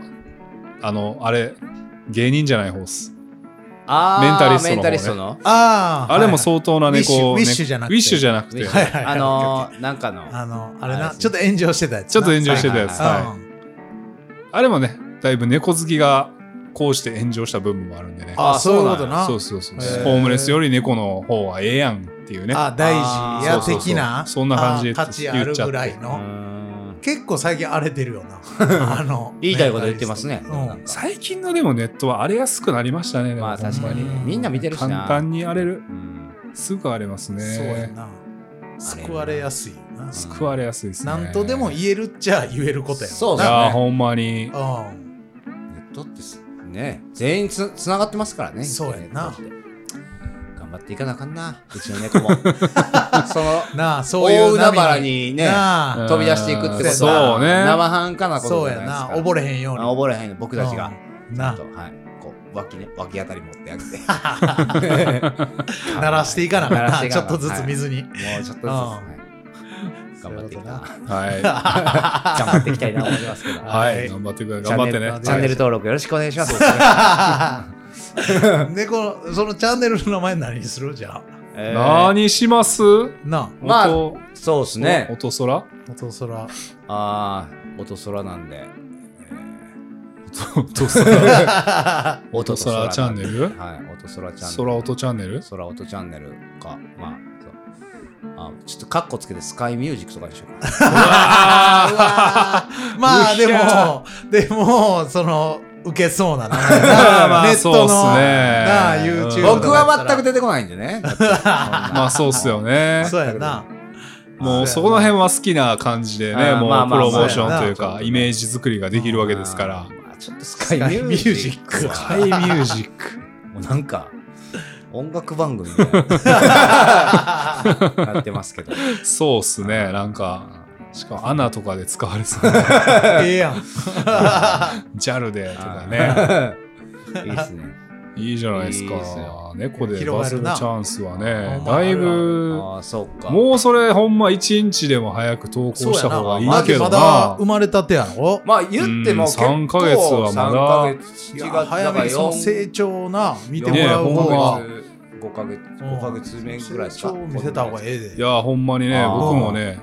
S4: あのあれ芸人じゃない方っす
S2: あー
S4: メンタリストの方ね
S2: メンタリストの
S3: ああ
S4: あれも相当な猫を
S3: ウィッシュ
S4: ね
S3: ウィッシュじゃなくて
S4: ウィッシュ
S2: ウィッ
S4: じゃなく
S2: シュ
S4: て
S3: はいはいは
S2: あ
S3: い
S2: のーなんかの
S3: あのあれ
S2: あれ
S3: な
S2: ですね
S3: ちょっと炎上してたやつな
S4: ちょっと炎上してたやつ
S2: はい
S4: はい
S3: うん
S4: あれもねだいぶ猫好きがこうして炎上した部分もあるんでね
S3: あ
S2: あ
S3: そういうことな
S4: そうそうそう
S3: へー
S4: ホームレスより猫の方はええやんっていうね
S3: あ大事や
S2: あーそうそうそう
S3: 的な
S4: そんな感じで
S3: あー価値あるぐらいうの
S2: ーん
S3: 結構最近荒れてるよな (laughs) あの
S2: 言いたいこと言ってますね
S3: う
S2: なんんか
S4: 最近のでもネットは荒れやすくなりましたね
S2: まあ
S4: でも
S2: 確かに
S3: うん
S2: みんな見てるしな
S4: 簡単に荒れる
S2: うん
S4: すぐ荒れますね
S3: そうやな救われやすいよな
S4: 救われやすいですね
S3: なんとでも
S4: い
S3: 言えるっちゃ言えることやもんな
S2: そう
S4: い
S2: だ
S4: やー
S2: よね
S4: ほんまに
S3: う
S2: ネ
S3: ん
S2: ットってすね全員つつながってますからね
S3: そうやな
S2: ネットって頑張っていかなあかんなうちの猫もその
S3: なあそうい
S2: 大
S3: う
S2: 海
S3: 波
S2: 原にね
S3: なあ
S2: 飛び出していくってこと
S4: そ
S2: は
S4: うね
S2: 生半可なこと
S3: そう
S2: じゃな
S3: や
S2: いです
S3: な
S2: か
S3: 溺れへんよう
S2: あ
S3: に
S2: 溺れへんの僕たちが
S3: うん
S2: ちゃん
S3: な
S2: とはいこう脇ね脇あたり持ってあ (laughs) げて
S3: 鳴らしていかなあかん
S2: 鳴らし
S3: な
S2: ていか
S3: (laughs) ち
S2: なあ
S3: ょっ
S2: かん
S3: とずつ水に
S2: もうちょっとずつ、
S3: うん
S2: はい、頑張っていきたいな
S3: (laughs)
S4: は
S2: 頑張っていきたいなと思いますけど
S4: い、は
S3: はい
S4: い、頑張ってください頑張ってね
S2: チャンネル登録よろしくお願いします
S3: (laughs) 猫のそのチャンネルの名前何にするじゃあ
S2: えー
S4: 何します
S3: な
S2: まあ
S4: 音
S2: (laughs) そうですね
S4: 音空
S3: あ音
S4: (laughs)
S3: 空
S2: ああ、音空なんで。
S4: 音空
S2: 音
S4: と空チャンネル
S2: はい、音空チャンネル。
S4: 空音チャン
S2: (laughs)
S4: ネル
S2: 空音チャンネルか。まあ、そう。あちょっとカッコつけてスカイミュージックとかにしようか。
S4: (laughs)
S3: (laughs) まあ
S4: うひゃ
S3: でもでもその受けそうなな
S4: (laughs) まあ
S3: ネットの
S4: そうっすね
S3: なあ
S4: う
S3: YouTube
S4: ん
S2: 僕は全く出てこないんでね。 (laughs)
S4: ま
S2: ま
S4: あそうっすよ
S3: (laughs)
S4: ね
S3: そう
S4: (laughs)
S3: やな
S4: もうそこら辺は好きな感じでね
S2: あー
S4: も
S2: まあ
S4: う
S2: ま
S4: プ
S2: あ
S4: ロモーションという
S2: そうや
S4: か
S2: な
S4: イメージ作りができるわけですから。
S2: まあちょっとスカイミュージックは。
S4: スカイミュージック
S2: もうなんか、音楽番組みたいななってます (laughs) けど。
S4: そうっすねなんかしかもアナとかで使われそう
S3: ええやん
S4: (laughs) JAL でとかね
S2: あー。いいですね。
S4: いいじゃないですか
S2: いいですよ
S4: 猫でバ
S3: 広
S4: ス
S3: がる
S4: の
S3: な
S4: チャンスはね
S3: ほんま
S4: だいぶ
S2: ああ、そっか。
S4: もうそれほんま一日でも早く投稿
S3: そう
S4: し
S3: や
S4: た
S3: な。
S4: 方がい
S3: ま
S4: い
S3: だ
S4: けど
S3: まだ
S4: な
S3: 生まれたてやろ。
S2: まあ言っても
S4: うん
S2: 結構
S4: 3ヶ月はまだ
S2: 3ヶ月、
S3: い
S2: 7
S3: や
S2: 月
S3: 早
S2: だか
S3: め
S2: ら
S3: にその
S2: 4
S3: 成長をな見ても
S4: ね
S3: らう
S4: ほん
S3: 方
S4: ま
S3: が、
S2: 5ヶ月、5ヶ月目ぐらいです
S3: 成
S2: か。
S3: 長を見せた方がええ
S4: い。
S3: で
S4: やほんまにね
S2: あー
S4: 僕もね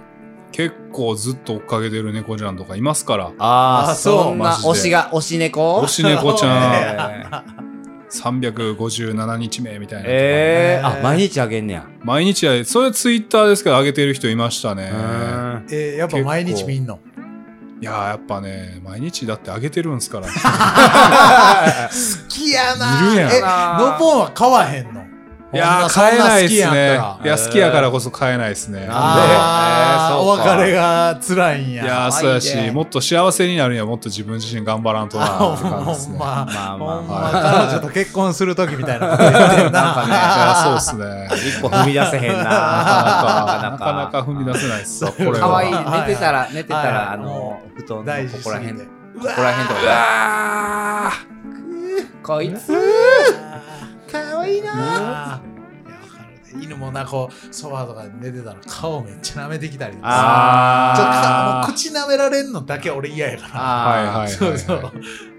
S4: 結構ずっと追っかけてる猫ちゃんとかいますから
S2: ああ、
S3: あ
S2: そ
S3: そうん
S2: な、
S4: マジで
S2: 推しが、推し猫
S4: 推し猫ちゃん
S2: ん。
S4: 357日目みたいなとか
S2: (laughs)
S4: ね、
S2: ええ
S3: えー
S2: あ、毎日あげんねや。
S4: 毎日やそれツイッターですけど上げてる人いましたね
S2: (laughs) うん
S3: えーやっぱ毎日見んの。
S4: いやーやっぱね毎日だって上げてるんです (laughs) から
S3: 好きやな。
S4: いるやん
S3: え、ノポンは買わへんの。
S4: いやー
S3: そん
S4: 買えないっす
S3: そん好き
S4: ね
S3: やった
S4: い
S3: ら
S4: や好きやからこそ買えないっすね
S2: あ
S3: あ
S2: えー
S3: あ、お
S2: そうか
S3: 別れが辛いん
S4: い
S3: や。
S4: やーそう
S2: 可
S4: や
S2: 愛い
S4: し
S2: ね
S4: もっと幸せになるにはもっと自分自身頑張らんとなって感じです
S3: ほん
S4: ね
S3: ま、
S2: まあまあ
S3: ほん
S2: ま
S3: ま
S2: あ、
S3: 彼女と結婚するときみたいなこと言っ
S4: (laughs)
S3: てん
S2: なんか
S4: い
S2: ね
S3: な。
S4: やそうっすね
S2: 一歩踏み出せへんな。
S4: なかなか踏み出せないっすわこれ
S2: かわいい
S4: は
S2: 寝てたら寝てたら
S3: はい
S2: あの布団の
S3: 大
S2: こ
S3: 事
S2: こ
S3: す
S2: ら
S3: ぎ
S2: 辺
S3: て
S2: こ。こら辺とかこいつかわいい
S3: あーいやわかるね犬もなこうソファーとかで寝てたら顔めっちゃ舐めてきたりとかさちょっと
S2: あ
S3: かも
S2: ー
S3: う口舐められんのだけ俺嫌やか
S4: はいはい
S2: あ
S4: はい
S3: らそうそう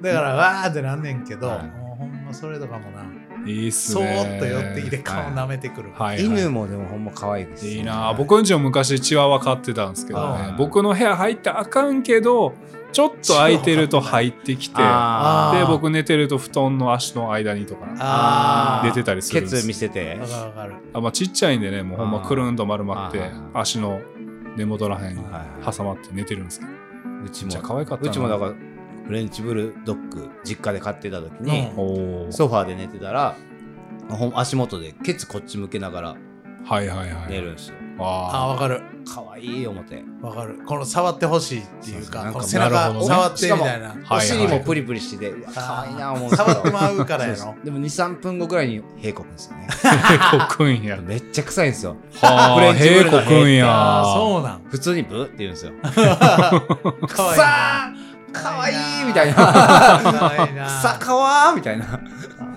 S3: だからわーってなんねんけど、
S4: はい
S3: もうほんまそれとかもない
S4: いっす
S3: そ
S4: ね
S3: ーっと寄ってきて顔舐めてくる、
S2: ー
S4: はいはい
S2: 犬もでもほんま可愛いです
S4: いいなあ僕んちも昔チワワ飼ってたんですけど
S2: う
S4: ね
S2: ん
S4: 僕の部屋入ってあかんけどちょっと空いてると入ってきてで
S2: あ
S3: ー
S4: 僕寝てると布団の足の間にとか
S3: あ
S4: 出
S3: ー
S4: てたり
S2: ー
S4: するん
S2: ケ
S4: です
S2: ツ見せて
S3: わかるわかる
S4: あまあ、ちっちゃいんでねもうほんまくるんと丸まって
S2: あー
S4: 足の根元らへんに
S2: はいはい
S4: 挟まって寝てるんですけど
S2: うち
S4: めっちゃ
S2: も
S4: 可愛かった
S2: う
S4: な
S2: ちもだからフレンチブルドッグ実家で飼ってた時に
S3: うん
S4: おー
S2: ソファーで寝てたらほん足元でケツこっち向けながら
S4: はいはいはい
S2: 寝るんですよ
S3: あ
S4: (laughs)
S3: ー
S4: あ
S3: わかる
S2: 可愛い思って
S3: わかるこの触ってほしいっていう
S2: そうそうな
S3: か
S2: んか
S3: この背
S4: なる
S3: 中
S4: ほどね
S3: 触ってみたいな
S4: か
S2: お
S4: はいはい
S2: 尻もプリプリしててうわ可愛いな思うんですけ
S3: 触っ
S2: ど
S3: てまうからや
S2: そう
S3: ろ
S2: ですでも23分後ぐらいに平子くんですよね
S4: あ平子くんや
S2: (laughs) めっちゃ臭いんですよフレ
S4: はあ
S2: ンチブル
S4: 平
S2: の
S4: 子くん
S3: い
S4: や
S3: やーそうなん
S2: 普通にブーって言うん
S3: (laughs)
S2: ですよさあ
S3: かわいいな
S2: かわいいみたいな
S3: 可愛いな
S2: さあかわーみたいなめ
S3: 可愛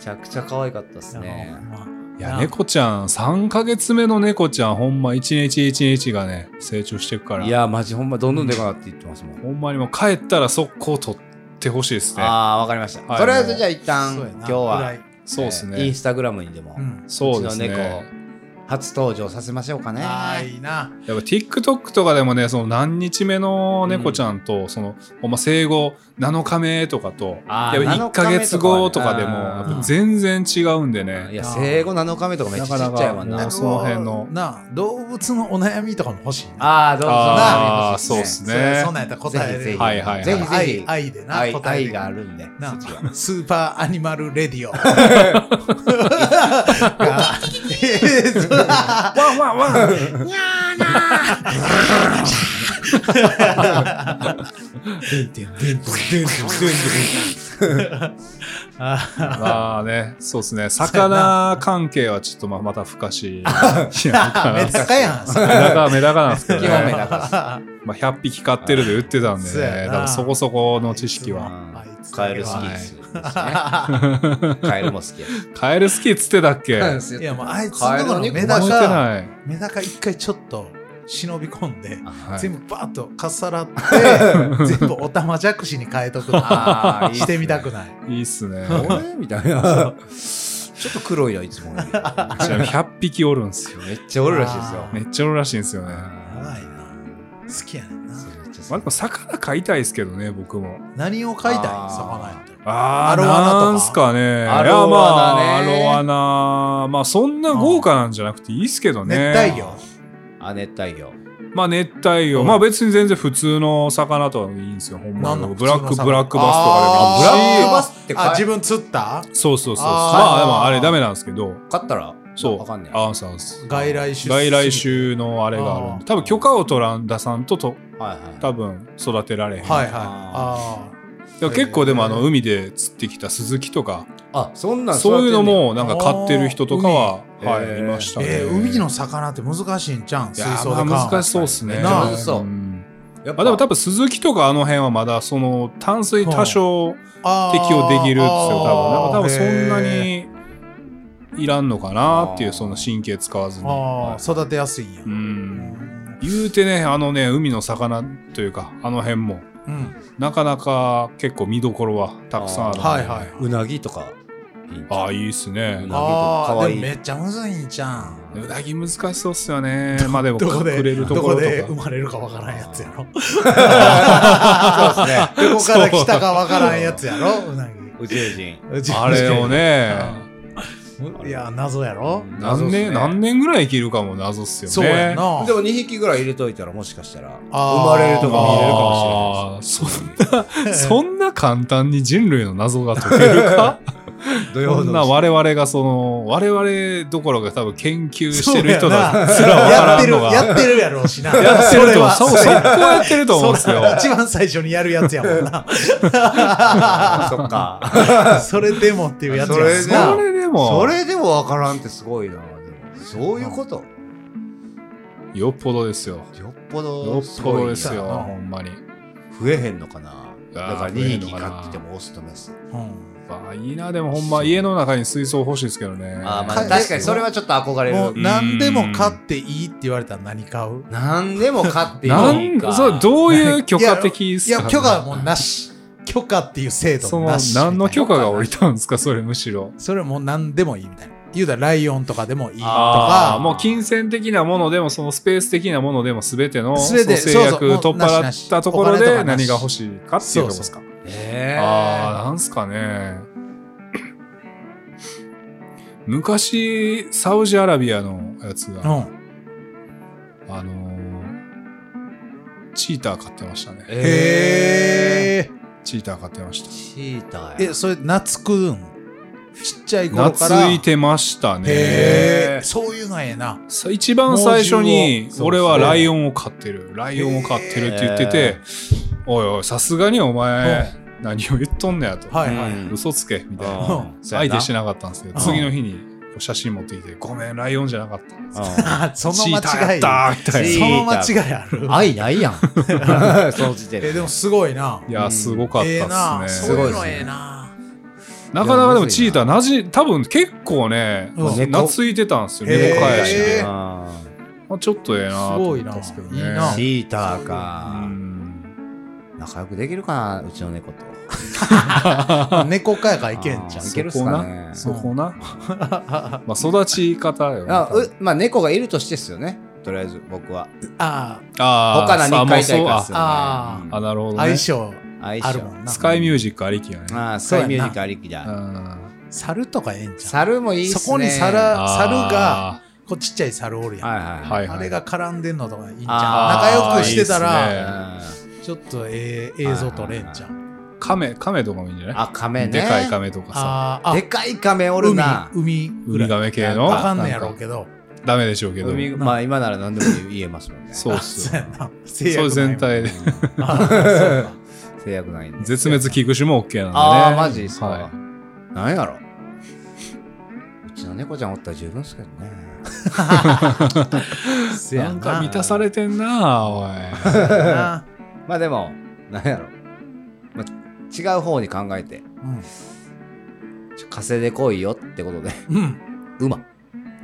S2: ちゃくちゃ可愛かったです
S3: い
S2: ね
S3: なほんま
S4: いや猫ちゃん3ヶ月目の猫ちゃんほんま一日一日がね成長していくから
S2: いやマジほんまどんどんでかなって言ってますもん、
S4: ほんまにもう帰ったら速攻取ってほしいですね
S2: ああわかりました、
S4: はい
S2: とりあえずじゃあ一旦
S3: そうやな
S2: 今日は
S3: 暗い
S4: そうですね、
S2: えーインスタグラムにでも、
S3: う
S2: うん
S4: そうです
S2: ちの猫を
S4: ね
S2: 初登場させましょうかね
S3: あーいいな
S4: やっぱ TikTok とかでもねその何日目の猫ちゃんと、そのほんま生後7日目とかと
S2: あー
S4: やっぱ1か月後とかでも
S2: 7日目とかね
S4: やっぱ全然違うんでね、
S2: いや生後7日目とかめっちゃちっちゃいわな
S4: なかなかもうその辺の
S3: なあ動物のお悩みとかも欲しいな
S2: ああどうぞ
S4: あー
S2: そうで
S4: そ
S2: すね
S4: うっすね
S3: それそんなんやっ
S2: ぜ
S3: たら答え
S2: ひぜひ、
S3: る
S4: はいはいはい
S2: ぜひぜひ
S3: 愛愛でな
S2: 愛
S3: 答え
S2: 愛
S3: て
S2: があるんで
S3: な
S2: そっちは
S3: スーパーアニマルレディオがえーそう
S4: ワンワンワンまあねそうですね魚関係はちょっとまあまた不可思議いや
S3: めっちゃかやんそれ
S4: メダカメダカなんです
S3: (laughs)
S4: けど、
S2: 極め
S4: ね
S2: だから
S4: まあ、100匹飼ってるで売ってたんで
S3: そうや
S4: ね
S3: な
S4: 多分そこそこの知識は
S3: あいつだ
S2: カエ
S3: け
S2: ル好
S3: は
S2: きですよね。カエルも好きや
S4: カエル好きっつってたっけ覚え
S2: し。
S3: いやもう
S2: あ
S3: あいつのとこのメダ
S4: て
S3: カ
S4: ない、
S3: メダカ一回ちょっと忍び込んで
S4: はい
S3: 全部バーッとかっさらって
S4: (laughs)
S3: 全部おたまじゃくしに変えとくの
S2: あーいいっすね
S3: してみたくない
S4: いいっすね。
S2: あれみたいな。ちょっと黒いよ、いつもより。
S4: ちなみに100匹おるんすよ。
S2: めっちゃおるらしいですよ。
S4: めっちゃおるらしいんですよね。ま
S3: やばいな好きやねんな
S4: あでも魚飼いたいですけどね、僕も。
S3: 何を買いたい
S2: あー
S3: 魚やった
S4: あ
S3: ら
S4: ー
S3: アロアナとか
S4: なんすかね。
S2: アロアナね
S4: いやまあアロアナ。まあそんな豪華なんじゃなくていいっすけどね。
S3: 熱帯魚
S2: あ、熱帯魚。
S4: まあ熱帯魚。
S3: うん
S4: まあ別に全然普通の魚とかでいいんですよ。ほんま
S3: なんなん
S4: ブラッ
S3: 普
S4: ク、
S3: 通の魚
S4: ブラックバスと
S3: あ
S4: かでもいい
S3: ー
S4: し。
S2: ブラックバスって
S3: あ
S2: 買
S3: 自
S2: え
S3: 分釣った
S4: そうそうそう。
S3: あー
S4: まあでもあれダメなんですけど。
S2: 買ったら
S4: そう。
S2: わかんねえ。
S4: あーそうそう
S3: 外来種
S4: 外来種のあれがあるん
S3: あー
S4: で。多分許可を取らんださんとと
S2: はいはい。
S4: 多分育てられへん。
S3: はいはい
S2: あ
S3: あ
S4: いや結構でもあ
S3: へ
S4: の
S3: ー
S4: 海で釣ってきたスズキとか
S2: あ、そんなん
S4: そういうの
S2: 育
S4: もなんか飼ってる人とかは
S2: あー海
S4: は
S2: へー
S4: いいました
S3: ー
S4: ね。
S3: えー海の魚って難しいんじゃうん
S4: い
S3: 水
S4: や
S3: 槽で
S4: ーまあ難しそうっす
S2: め
S4: ね。
S2: っちゃむずそうんやっ
S4: あでも多分鈴木とかあの辺はまだその淡水多少
S3: あー
S4: 適用できるんですよ多分
S3: あー
S4: 多分そんな
S3: へー
S4: にいらんのかなってい
S2: あ
S4: う
S2: ー
S4: その神経使わずに、
S3: あ
S4: は
S3: ー育てやすいんや
S4: い、うん言うてねあのね海の魚というかあの辺も
S3: うん
S4: なかなか結構見どころはたくさんあるんで
S3: はいはい
S2: 分うなぎとかいいんちゃう
S4: ああいいっすね
S2: なぎと
S3: あ
S2: か
S3: あ
S2: わいい
S3: でもめっちゃむずいんちゃん
S4: うなぎ難しそうっすよねまあでも
S3: どこ
S4: 隠
S3: で
S4: れると
S3: ど
S4: ころ
S3: ことで
S4: か
S3: 生まれるかわからんやつやろ
S2: そうですね
S3: (laughs) どこから来たかわからんやつやろうなぎ
S2: 宇宙人
S4: あれをね
S3: いや (laughs) 謎やろ
S4: 何年何年ぐらい生きるかも謎っすよね
S3: そうやんな
S2: でも2匹ぐらい入れといたらもしかした
S4: (laughs)
S2: ら生
S3: あー
S2: まれるとか見れるかもしれないです
S4: あーそんな、そんな簡単に人類の謎が解ける
S3: (laughs)
S4: か
S2: 土
S4: そ
S2: 曜
S4: ん
S2: の
S4: な我々がその、我々どころが多分研究し
S3: そう
S4: てる人だす
S3: や
S4: ら
S3: な
S4: わからんのが。
S3: やってるやってるやろうしな
S4: やってる
S3: それ
S4: と思う。
S3: は
S4: そう、そこやってると思うんです
S3: そ
S4: よ。
S3: ら一番最初にやるやつやも
S4: (laughs)
S3: んな
S2: (laughs) そっか
S3: それでもっていうやつや
S2: それで
S3: も
S4: そ
S3: んな
S4: れでも、
S2: それでもわからんってすごいなでもそういうこと
S4: よっぽどですよ。
S2: よっぽ
S4: よ
S2: ど
S4: っ
S2: す
S4: ぽ
S2: ごい
S4: ど
S2: な
S4: ですよ、
S3: そうやな
S4: ほんまに。
S2: 増えへんのかなだ
S4: あー
S2: から
S4: 増えへ
S2: 2
S4: んの
S2: 匹
S4: かな
S2: 飼っててもオスとメス
S3: うん
S4: まあいいな、でもほんま家の中に水槽欲しいですけどね。
S2: あーま (laughs)
S3: か
S2: あ確かにそれはちょっと憧れ
S3: もう
S2: る
S3: 何でも買っていいって言われたら何買う
S2: 何でも飼っていい
S4: なん
S2: か
S4: そうどういう許可的っ
S3: い
S4: すか
S3: や許可もなし許可っていう制度
S4: そ
S3: も
S4: の
S3: なし
S4: 何の許
S3: みたい
S4: 可
S3: な
S4: が下りたんですかそれむしろ
S3: それもう何でもいいみたいな言うたらライオンとかでもいいと
S4: ああー
S3: か
S4: もう金銭的なものでもそのスペース的なものでも全ての
S3: 全て
S4: そう制約
S3: そうそう
S4: 取っ払
S3: な
S4: っ
S3: したなし
S4: ところ
S3: お金と
S4: で
S3: かな
S4: 何
S3: し
S4: が欲しいかっていうとこですか
S2: え
S4: ああなんすかね昔サウジアラビアのやつが、
S3: うん
S4: あのーチーター買ってましたね
S2: え
S3: へえ
S4: チーター買ってました
S2: チーターや
S3: えそれ懐食うんちっちゃい頃から
S4: 懐いてましたね
S3: へえそういうのええな (laughs)
S4: さ一番最初に
S2: 猛獣を
S4: 俺はライオンを飼ってるライオンを飼ってるって言ってて
S2: へ
S4: おいおいさすがにお前何を言っとんねやと
S3: はいは
S2: う
S3: い
S2: ん
S4: 嘘つけみたいな
S3: うん
S2: うん
S4: 相手してなかったんですけど
S3: うん
S4: 次の日にこう写真持ってきてごめんライオンじゃなかった
S3: あその
S4: チーター
S3: 間違
S4: や
S3: い
S4: ったみたい
S2: チ
S4: な
S2: ー
S3: その間違いある
S2: 愛ない
S4: (laughs)
S2: やん (laughs) その時点
S3: えでもすごいない
S4: やすごかっ
S3: ええ
S4: た
S3: な
S4: っす
S3: そう
S4: ね
S3: いうのええな
S4: なかなかでもチーターなじ多分結構ね
S3: うん
S4: 懐いてたんですよ
S3: へー
S4: 猫飼いやし
S3: へ
S4: ね
S3: ー
S2: あ
S4: まあちょっとええな
S3: す
S4: と
S3: ご
S4: 思
S3: い
S4: っ
S3: な
S4: たんですけど
S3: いい
S4: ね
S3: な
S2: ーチーター
S4: う
S2: か
S4: ん
S2: 仲良くできるかなうちの猫と
S3: 猫かやからいけんじゃん
S2: あーいけるっ
S4: そ
S2: す
S4: こ
S2: か
S4: な
S2: ね
S4: そ
S2: (laughs)
S4: こなまあ育ち方よね
S2: あうまあ猫がいるとしてですよねとりあえず僕は
S3: あ
S4: あ
S2: 他
S4: ー
S2: 何飼いたいか
S4: あ
S2: っすよね
S3: あ
S2: う
S3: ー
S2: ん
S4: あ、なるほど、
S3: あ
S4: ね。
S3: 相性
S2: 相性
S3: あるもんな
S4: スカイミュージックありきやね。
S2: ああスカイミュージックありきだ
S4: うん
S3: 猿とかええんじゃん
S2: 猿もいいっすね
S3: そこに猿が
S4: あ
S3: こうちっちゃい猿おるやん、
S2: はいはい
S4: ーはいはい。
S3: あれが絡んでんのとかいいんじ
S2: あ
S3: ゃん
S2: ー
S3: 仲良くしてたら
S4: いいっすね
S3: ちょっとええ映像撮れんじゃん
S4: カメ、カメとかもいいんじゃない
S2: あカメね
S4: でかいカメとかさ。
S3: あーあ
S2: でかいカメおるな
S3: 海
S4: ウミ
S3: 海ぐらい
S4: ガメ系の。
S3: わかんねやろ
S4: な
S3: うん
S4: か
S3: けど
S4: ダメでしょうけど。
S2: 海まあ今なら何でも言えますもんね
S4: そうっ
S3: (laughs)
S4: す
S3: そう
S4: よ
S3: や。な
S4: そう
S3: 制約
S4: いう全体で。
S3: あーそうか
S2: 制約ないんで
S4: 絶滅危惧種も OK なんでね。
S2: ああマジっすか、
S4: は
S2: なんやろうちの猫ちゃんおったら十分っすけどね
S4: い。
S3: せや
S4: なんか満たされてんな、おい。
S3: たな、
S2: まあでもなんやろ、まあ、違う方に考えてちょ稼いでこいよってことで (laughs)
S3: うん、うん、
S2: 馬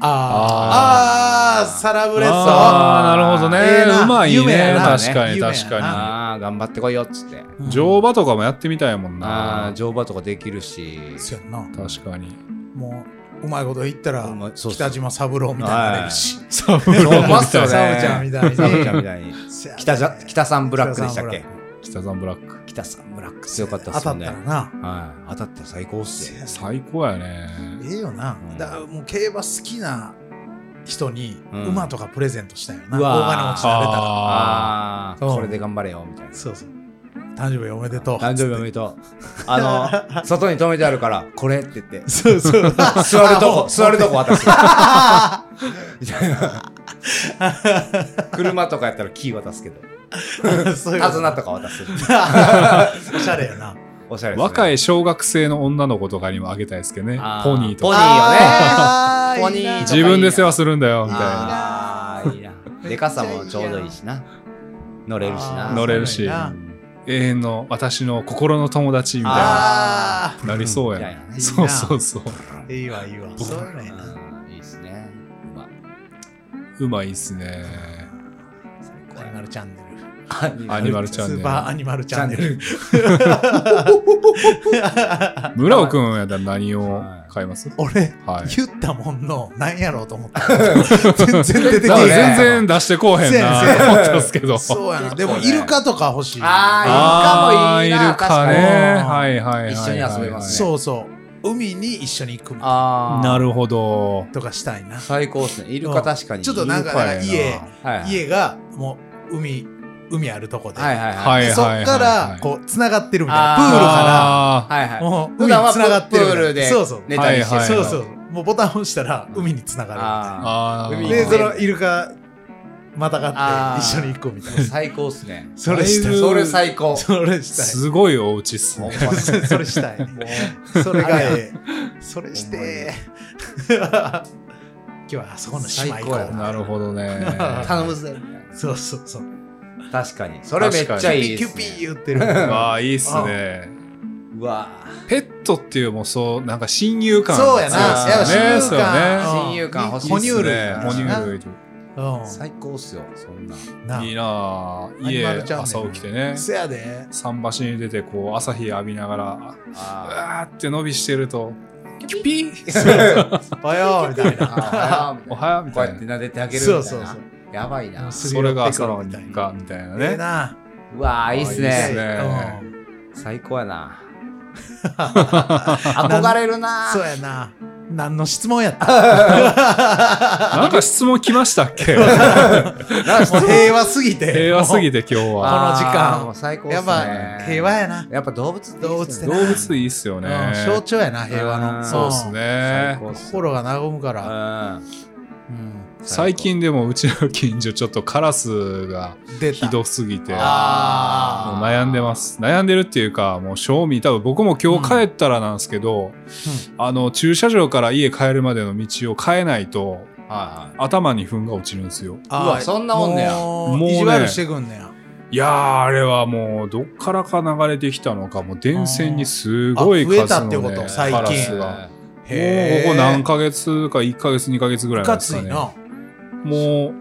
S3: あーあーサラブレッド
S4: ああ、なるほど
S3: ええ
S4: ね。
S3: な
S4: うまい
S3: 夢
S4: ね
S3: や。
S2: な
S4: 確かに、
S3: 夢やな
S4: 確か
S2: ああ頑張ってこいよっつって
S4: に。乗馬とかもやってみたいもん
S2: ああ
S4: な。
S2: 乗馬とかできるし
S3: そうやんな
S4: 確かに。
S3: もううまいこと言ったら
S2: うまいそうそう
S3: 北島三郎みたいになれるし
S4: サブ
S3: (laughs)
S4: ロ
S2: 乗
S4: ー
S2: 馬
S4: マ
S2: っ
S4: み
S2: す
S4: た
S2: よね
S4: いな。
S3: サブちゃんみたいに
S2: サブちゃんみたいに
S3: せやね
S2: 北さ北さんブラックでしたっ
S3: 北
S2: け
S3: 三ブ
S4: 北さんブ
S3: ラ
S4: ラック。
S2: 北さんブラック強かったっ
S3: ック当
S2: す
S3: た
S2: よ
S3: っ
S2: ね
S3: たらな
S2: はい、当たったら最高っす
S3: せ
S2: よ
S3: や
S4: 最高やね。
S3: ええよな、
S2: うん
S3: だからもう競馬好きな人に
S2: うん
S3: 馬とかプレゼントしたよな、
S2: うわー
S3: 大金持ちになれたら
S4: あ
S2: ああ
S3: うん
S2: これで頑張れよみたいな
S3: そうそう誕生日おめでとう
S2: 誕生日おめでとうあの外に止めてあるからこれって言って
S3: そうそう
S2: (laughs) 座ると
S3: あも
S2: こ (laughs)
S3: (laughs) う
S2: 座るとこ渡すみたいな車とかやったらキー渡すけど
S3: そういう
S2: 手
S3: こ
S2: 綱
S3: (laughs)
S2: とか渡す
S3: とおしゃれよな
S2: おしゃれですね
S4: 若い小学生の女の子とかにもあげたいですけどね。
S2: あー
S4: ポニーと
S2: ポ
S4: か。
S2: ニーよね
S3: あー
S2: ポニー
S3: いいな
S2: 自
S4: 自分で世話するんだよ、みたいな。
S2: あーいいなでかさもちょうどいいしな乗れるしな
S3: あー
S4: 乗れるし
S3: そうなんや
S4: 永遠の私の心の友達みたい
S3: あ
S4: ななりそうや
S2: みた
S4: ない
S2: なね
S3: ー
S4: そうそうそう
S3: ういいわいいわそういうのいいな
S2: うんいいですねうまいう
S4: まいっすね
S3: アニマルチャンネル
S2: アニ
S4: アニマルチャ
S3: ス
S4: ン
S3: ー
S4: ネ
S3: パー
S4: ル
S3: アニマルチャンネル
S4: 村尾くんやったら何を買います
S3: 俺
S4: はい
S3: 言ったもんのなんやろうと思った全然出てけ
S4: なん
S3: え
S4: か
S3: へ
S4: 全
S3: ん
S4: 然出してこうへんな
S3: せやねんせやね
S4: と思ったんですけど
S3: そうやなでもイルカとか欲しい
S2: ああイルカもいいな
S4: あーイル
S2: 確
S4: カ
S2: かに
S4: ね
S3: うん
S4: はいはいはいはい
S2: 一緒に遊べますね
S3: そうそう海に一緒に行く
S2: あー
S4: なるほど
S3: とかしたいな
S2: 最高ですねイルカ確かに
S3: ちょっとなんか
S4: イルカやな
S3: 家
S2: はいはい
S3: 家がもう海海あるとこで
S2: はいはい
S4: は
S2: はい
S4: い
S3: でそっからこうつながってるみたいな
S2: あ
S3: プ
S2: ー
S3: ールか
S4: あー
S2: はい
S3: ら
S2: はい
S3: もう
S2: 普
S3: 海
S2: 段は
S3: つながってるみ
S2: プ
S3: たい
S2: ー
S3: な
S2: ルで
S3: そうそう
S2: 寝たりして
S4: はいはい
S3: そ
S4: は
S3: う
S4: い
S3: そうもうボタン押したら海につなが
S2: あ
S4: あー
S2: 海
S3: る
S2: ー
S3: で
S2: あ
S3: そのイルカまたが
S2: あ
S3: っ
S2: ー
S3: て一緒に行くみたい
S2: ー
S3: な
S2: 最高ですね
S3: それした
S4: だい
S3: い
S2: (laughs)
S4: ぶ
S2: それ最高
S3: それし
S4: すごいお家っす
S2: ほん
S4: ね。
S2: ま (laughs)
S3: たいそれしたい
S2: もう
S3: それがええそれし
S2: ほんまに
S3: て (laughs) 今日はあそこの島行
S2: 最
S3: こ
S2: 高や
S3: う
S4: なるほどね。
S2: 頼むぜ
S3: そうそうそう
S2: 確かにそれめっちゃいいで
S3: キュ
S2: す
S3: ピ
S2: ね
S3: ー言っ
S2: (laughs)
S3: てる
S4: わあ、いいっすね。
S2: うわ
S4: ペットっていうもそう、なんか親友感
S3: そうやな
S4: 強いっすよ
S3: やっぱ
S4: ね。
S3: 親友感
S2: 親友感欲
S4: そうやね。
S2: しい
S4: いい
S2: っ
S4: っ
S2: すね
S4: す
S3: 哺乳類
S4: ね哺乳類と。
S3: うん
S2: 最高っすよそんない
S4: い
S3: な
S4: なあ
S3: アニ
S4: 家
S3: マルチャンネ
S4: 朝
S3: ル
S4: 起きてね。
S3: せやで
S4: 桟橋に出てこう朝日浴びながら、う
S2: あ
S4: わーって伸びしてると、キュピー
S3: おはようみたい
S2: ー
S3: な
S2: あーお
S4: お
S2: はよ
S4: はよ
S2: う
S4: うみ
S2: みた
S4: た
S2: いなこうやって撫で
S4: いな。
S2: てあげるみたい
S3: そう
S2: な
S3: そうそう
S2: やばいな
S4: それが朝の日課みたいな
S3: ええ
S4: ね。
S3: な
S2: うわーいいっす
S4: いいっす
S2: ね
S4: ね
S3: うん
S2: 最高や
S3: (laughs)
S2: な憧れるな
S3: そうやな何の質問やった
S2: (laughs)
S4: なんか質問来ましたっ
S2: (laughs)
S4: け
S3: も (laughs) う平和すぎて
S4: 平和すぎ
S3: て
S4: て今日は。
S3: の時間
S2: あーもう最高っすね
S3: やっぱ平和やな
S2: やっぱ動物っていいっすね
S3: 動物って
S4: 動
S3: な
S4: 物いいっすよね。
S3: うん象徴やな平和
S2: あー
S3: の
S4: そうっす
S3: ん
S4: ね。
S2: 最高っす
S3: 心が和むから
S2: う
S3: うん
S2: ん
S4: 最近でもうちの近所ちょっとカラスが
S3: 出た
S4: ひどすぎてもう
S3: あ
S2: ー
S4: 悩んでます悩んでるっていうかもう正味多分僕も今日帰ったらなんですけど、あの駐車場から家帰るまでの道を変えないと
S2: はいはい
S4: 頭に糞が落ちるんですよ
S3: あー
S2: うわそんなもんねや
S3: も
S4: も
S3: う
S4: うね
S3: 意地悪してくんねや
S4: いやーあれはもうどっからか流れてきたのかもう電線にすごい
S3: あーあ増え
S4: 数
S3: た
S4: の、
S3: ってこと
S4: ね、
S3: 最近
S4: カラスがもうここ何ヶ月か1ヶ月2ヶ月ぐらい
S3: い
S4: なん
S3: か
S4: で
S3: つ
S4: すか
S3: い
S4: ね
S3: な
S4: もう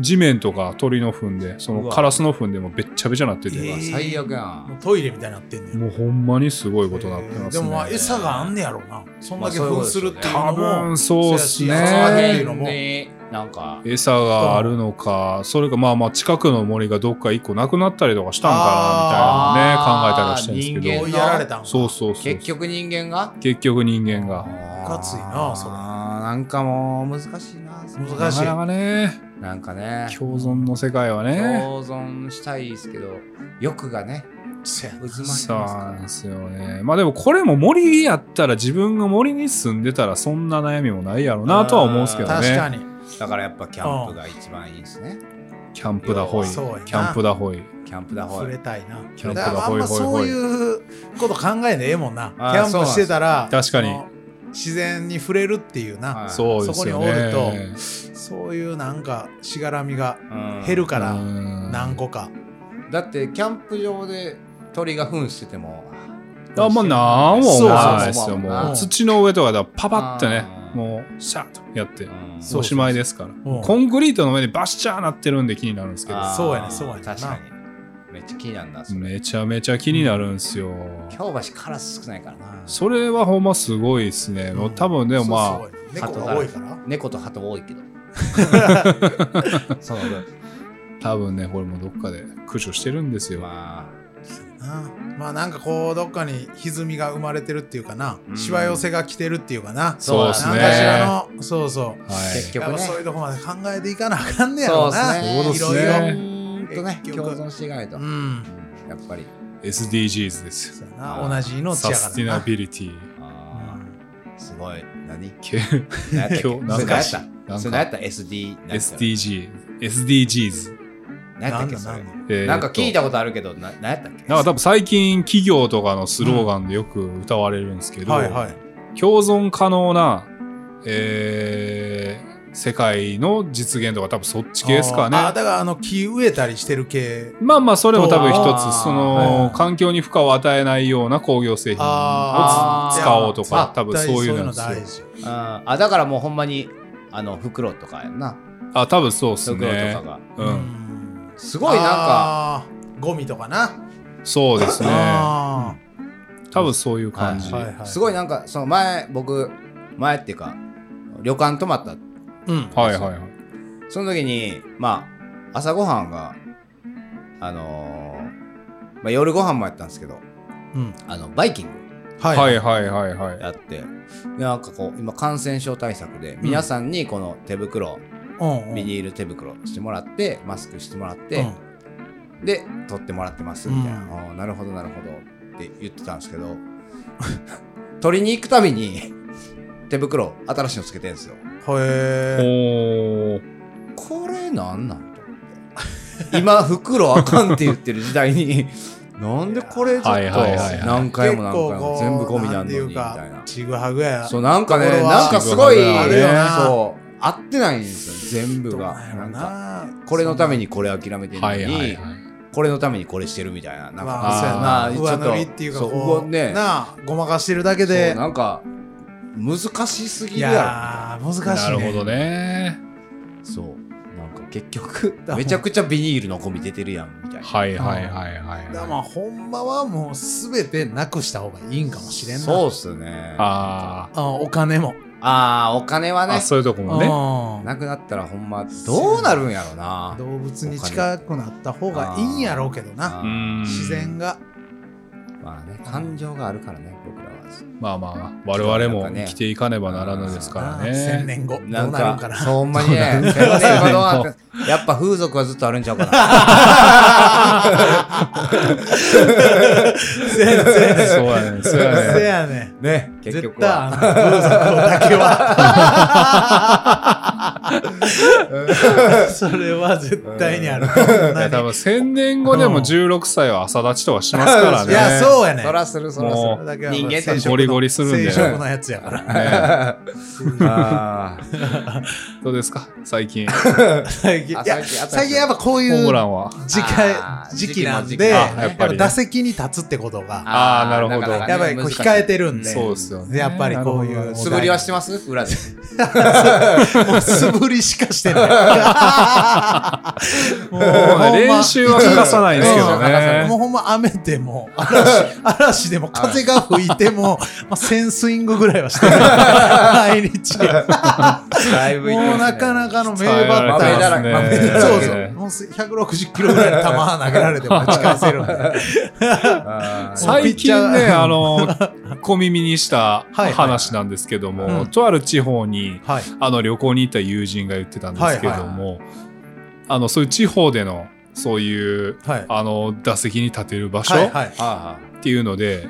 S4: 地面とか鳥の糞でそうの
S2: わ
S4: カラスの糞でもうべっちゃべちゃなってて、
S3: えー
S2: 最悪や
S3: も
S2: ん
S3: うトイレみたいになってんねん
S4: もうほんまにすごいことになって
S3: えー
S4: ます
S3: で
S4: ね。
S3: もまあ餌があんねやろうなそんだけ
S2: まあそういうこ
S3: 扮
S2: とですすよね
S4: 多
S3: るっていうのも
S4: 分そうっす
S3: そうやしその辺
S4: ね。
S2: 本当になんか
S4: 餌があるのか、それかまあまあ近くの森がどっか一個なくなったりとかしたんかなみたいなのね、考えたりはしてるんです
S2: 人
S4: け
S2: 間
S4: ど。
S3: やられたんか
S4: そうそうそう。
S2: 結局人間が
S4: 結局人間が。
S2: か
S3: かついなそれ
S2: なんかもう難しいな
S3: 難しい
S4: なかなかね、
S2: なんかね
S4: 共存の世界はね。
S2: 共存したいですけど欲がね
S3: せや
S2: 渦巻いてます
S4: そうなん
S2: か
S4: ですよね。まあでもこれも森やったら自分が森に住んでたらそんな悩みもないやろうなとは思うんですけどね。
S3: 確かに
S2: らだからやっぱキャンプが一番いいですね
S4: キャンプだほい。キ
S3: そうやな
S4: ャンプだほい。
S2: キャンプだほ
S3: 触
S2: い
S3: れたいな
S4: キャンプだ
S3: だからあんま
S4: ほい
S3: そう
S4: ほい
S3: いうこと考えねええもんなキ
S2: あー
S3: ャンプしてたら
S4: そうなんですよ確かに
S3: その自然に触れるっていうな
S2: はい
S4: そうですよね。
S3: そこにおるそういうなんかしがらみが
S2: うん
S3: 減るから
S4: うん
S3: 何個か
S2: だってキャンプ場で鳥が糞してても
S4: あんまなんも思わないです
S2: そうそうそ
S4: よ。
S2: う
S4: も
S3: うん
S4: う土の上とかだパパってね
S2: あ、ー
S4: もうシャッとやって、
S2: うん
S3: そう
S4: おしまいですから。
S3: うん
S4: コンクリートの上にバシチャーなってるんで気になるんですけど、
S2: あー
S3: そうやねそうやねんな
S2: 確かにめっちゃ気になるなそれ
S4: めちゃめちゃ気になるんですよ。
S2: 京橋カラス少ないからな
S4: それはほんますごいですね。もう多分でもまあ、
S3: そうそう猫が多いから
S2: 猫と鳩多いけ (laughs) どその分
S4: 多分ね、これもどっかで駆除してるんですよ。
S2: ま
S3: なまあなんかこうどっかに歪みが生まれてるっていうかな
S2: うん
S3: しわ寄せが来てるっていうかな
S4: そうです
S3: なん
S4: ね。
S3: かしらのそうそう
S4: はい
S2: 結局
S3: やっぱ
S2: ね
S3: そういうとこまで考えていかなあかんねや
S2: そうう
S3: ろ
S2: です
S3: な
S2: ね
S4: そうですね
S3: いろいろ
S2: うんとね
S3: 結
S2: 共
S3: 局
S2: 存していかないと、
S3: うん
S2: やっぱり
S4: SDGs ですよ。
S3: そうやな同じ命や
S4: サ
S3: からな
S4: スティナビリティ。
S2: あーすごい何
S4: け
S2: 何やったっけ
S4: 今日
S2: それ何や
S4: 懐か
S2: っ
S4: しい
S2: た
S4: なんか
S2: それ何やった SD 何やった
S4: SDG、SDGs。
S2: 何やったっけ
S3: なん
S2: そ
S3: だ
S2: れ
S3: なんだ
S4: えーっと
S2: なんか聞いたことあるけどな何やったっけ
S4: なんか多分最近企業とかのスローガンでよく歌われるんですけど、
S3: はいはい
S4: 共存可能な、えー世界の実現とか多分そっち系ですかね
S3: あーだからあの木植えたりしてる系。
S4: まあまあそれも多分一
S3: とは
S4: つそ
S3: はいは
S4: の
S3: い
S4: 環境に負荷を与えないような工業製品を
S3: あ
S4: つ
S3: ー
S4: 使おうとか
S3: あ
S4: 多分そういうのなんです
S3: 大
S4: よ
S3: 事。
S2: あーあだからもうほんまにあの袋とかやんな
S4: あ多分そうっす
S2: 袋と
S4: ね
S2: かが
S4: うん
S2: すごいなんか
S3: あー。ゴミとかな。
S4: そうですね
S3: あ
S4: 多分そういう感じ
S3: ーはいはい
S2: すごいなんかその前僕前っていうか旅館泊まった
S3: うん。
S4: はいはいはい
S2: その時にまあ朝ごはんがあのーまあ、夜ご飯もやったんですけど
S3: うん
S2: あのバイキング
S3: はい
S4: はいはいはいはい
S2: やってでなんかこう今感染症対策で皆さんにこの手袋、
S3: うんうん
S2: ビニール手袋してもらってマスクしてもらって、
S3: うん
S2: で取ってもらってますみたいな、
S3: うん
S2: あーなるほどなるほどって言ってたんですけど (laughs) 取りに行くたびに手袋新しいのつけてるんですよ
S3: へえ。
S4: おー
S2: これなんなんと思って今袋あかんって言ってる時代になんでこれちょっと
S4: はいはいはいはい
S2: 何回も何回も
S3: 結構こう
S2: 全部ゴミなんのに
S3: なんて
S2: み
S3: いう
S2: た
S3: か
S2: いな
S3: ちぐはぐや。
S2: そうなんかね
S3: ところは
S2: なんかすごい
S4: ちぐはぐある
S3: よな
S2: そう合ってないんですよ全部が
S3: どうな
S2: なんん
S3: や
S2: か
S3: ろな
S2: これのためにこれ諦めてるの
S4: はい
S2: に、
S4: はいはい
S2: これのためにこれしてるみたいな。なんか、
S3: まあ
S4: そうや
S2: まあ
S3: 上塗りっていうか
S2: そう
S3: こ
S2: うわ
S3: う
S2: ね
S3: なあごまかしてるだけ
S2: そう
S3: で
S2: なんか、難しすぎ
S3: い
S2: るや
S3: やー難しいね
S4: なるほどね
S2: ろ。そう。なんか結局、めちゃくちゃビニールのゴミ出てるやん、みたいな。
S4: はいはいはいはい
S3: だ
S4: は
S3: から
S4: い
S3: まあほんまはもう全てなくした方がいいんかもしれんな
S2: そうっすね。あ
S4: あ
S3: あお金も、
S2: あー、お金は
S4: ーあ
S2: ね、
S4: そういうとこもね
S3: うん
S2: なくなったらほんま、どうなるんやろな。
S3: 動物に近くなった方がいいんやろうけど
S2: あ
S3: な
S4: う
S2: ー
S4: ん
S3: 自然が
S2: まあね、感情があるからね、僕らは。
S4: まあまあ我々も生きていかねばならぬですから
S3: なあ千
S4: ね
S3: 年後どうな
S2: な
S3: る
S2: ん
S3: んか
S2: か、
S3: な
S2: そうほんまにね、
S4: どうなるんか
S2: 千
S4: な
S2: 年後どうなってやっぱ風俗はずっとあるんちゃうかな。
S4: そう
S3: 全然
S4: やねそうやね
S3: せやねん
S2: ね、結
S3: 絶
S2: 局
S3: 対
S2: は。
S3: あの風俗
S4: (laughs)
S3: だけはそれは絶対にある
S4: いや多分1000年後でも16歳は朝立ちとかします
S3: そ
S4: か
S3: う
S4: らね。
S3: (laughs) いや、そうやねん。
S2: そらするそらす
S4: も
S2: る。
S4: う
S3: だけは
S2: 人間って
S3: 生殖
S4: ゴリゴリするんだよ
S3: 生殖のやつや
S4: (laughs)
S3: から。
S4: ね
S2: あ
S4: どうですか最近。
S3: 最近、いや
S2: 最近
S3: 最近やっぱこう
S4: ホ
S3: い
S4: ームラ
S3: う
S4: ンは。
S3: 時期
S2: あー
S3: 時期なん
S2: 時期も時期
S3: で、
S2: あ
S4: や
S3: や
S4: っ
S3: っ
S4: ぱり
S3: ぱ
S4: ね
S3: 打席に立つってことが、
S4: あーなるほど
S2: なかなかね
S3: やっぱりこう
S2: 難しい
S3: 控えてるんで、
S4: そうっすよね。
S3: やっぱりこういう
S4: なるほ
S2: 素
S4: ど
S2: 振りはしてます裏で。
S3: もう素振りしかし
S4: (laughs)
S3: てない。もうほんま
S4: 練習は欠かさないんですけど
S3: うん
S4: ね
S3: も。うほんま雨でも、嵐、嵐でも、風が吹いて
S4: (laughs)
S3: も、まあ、1000スイングぐらいはしてる。毎日。
S2: だいぶ行き
S3: (laughs) もう
S2: ますね
S3: な
S2: (laughs)
S3: かなかの名
S4: 伝えられ
S3: バッター
S2: た
S4: てま
S2: 豆
S4: すね
S2: だらけ
S3: そ
S2: 豆だ
S3: う
S2: らけ
S3: そう。もう160キロぐらいの球投げら
S4: (laughs)
S3: れても打ち返せるんで。
S2: あー
S4: 最近
S3: ピッチ
S4: ね、
S3: ャー
S4: あの、小耳にした
S3: はい
S4: 話なんですけども、
S3: うん
S4: とある地方に
S3: はい。
S4: あの旅行に行った友人が言ってたんですけども、あの、そういう地方での、そういう、
S3: はい。
S4: あの、打席に立てる場所、
S3: はい。はい。
S2: あー
S4: っていうので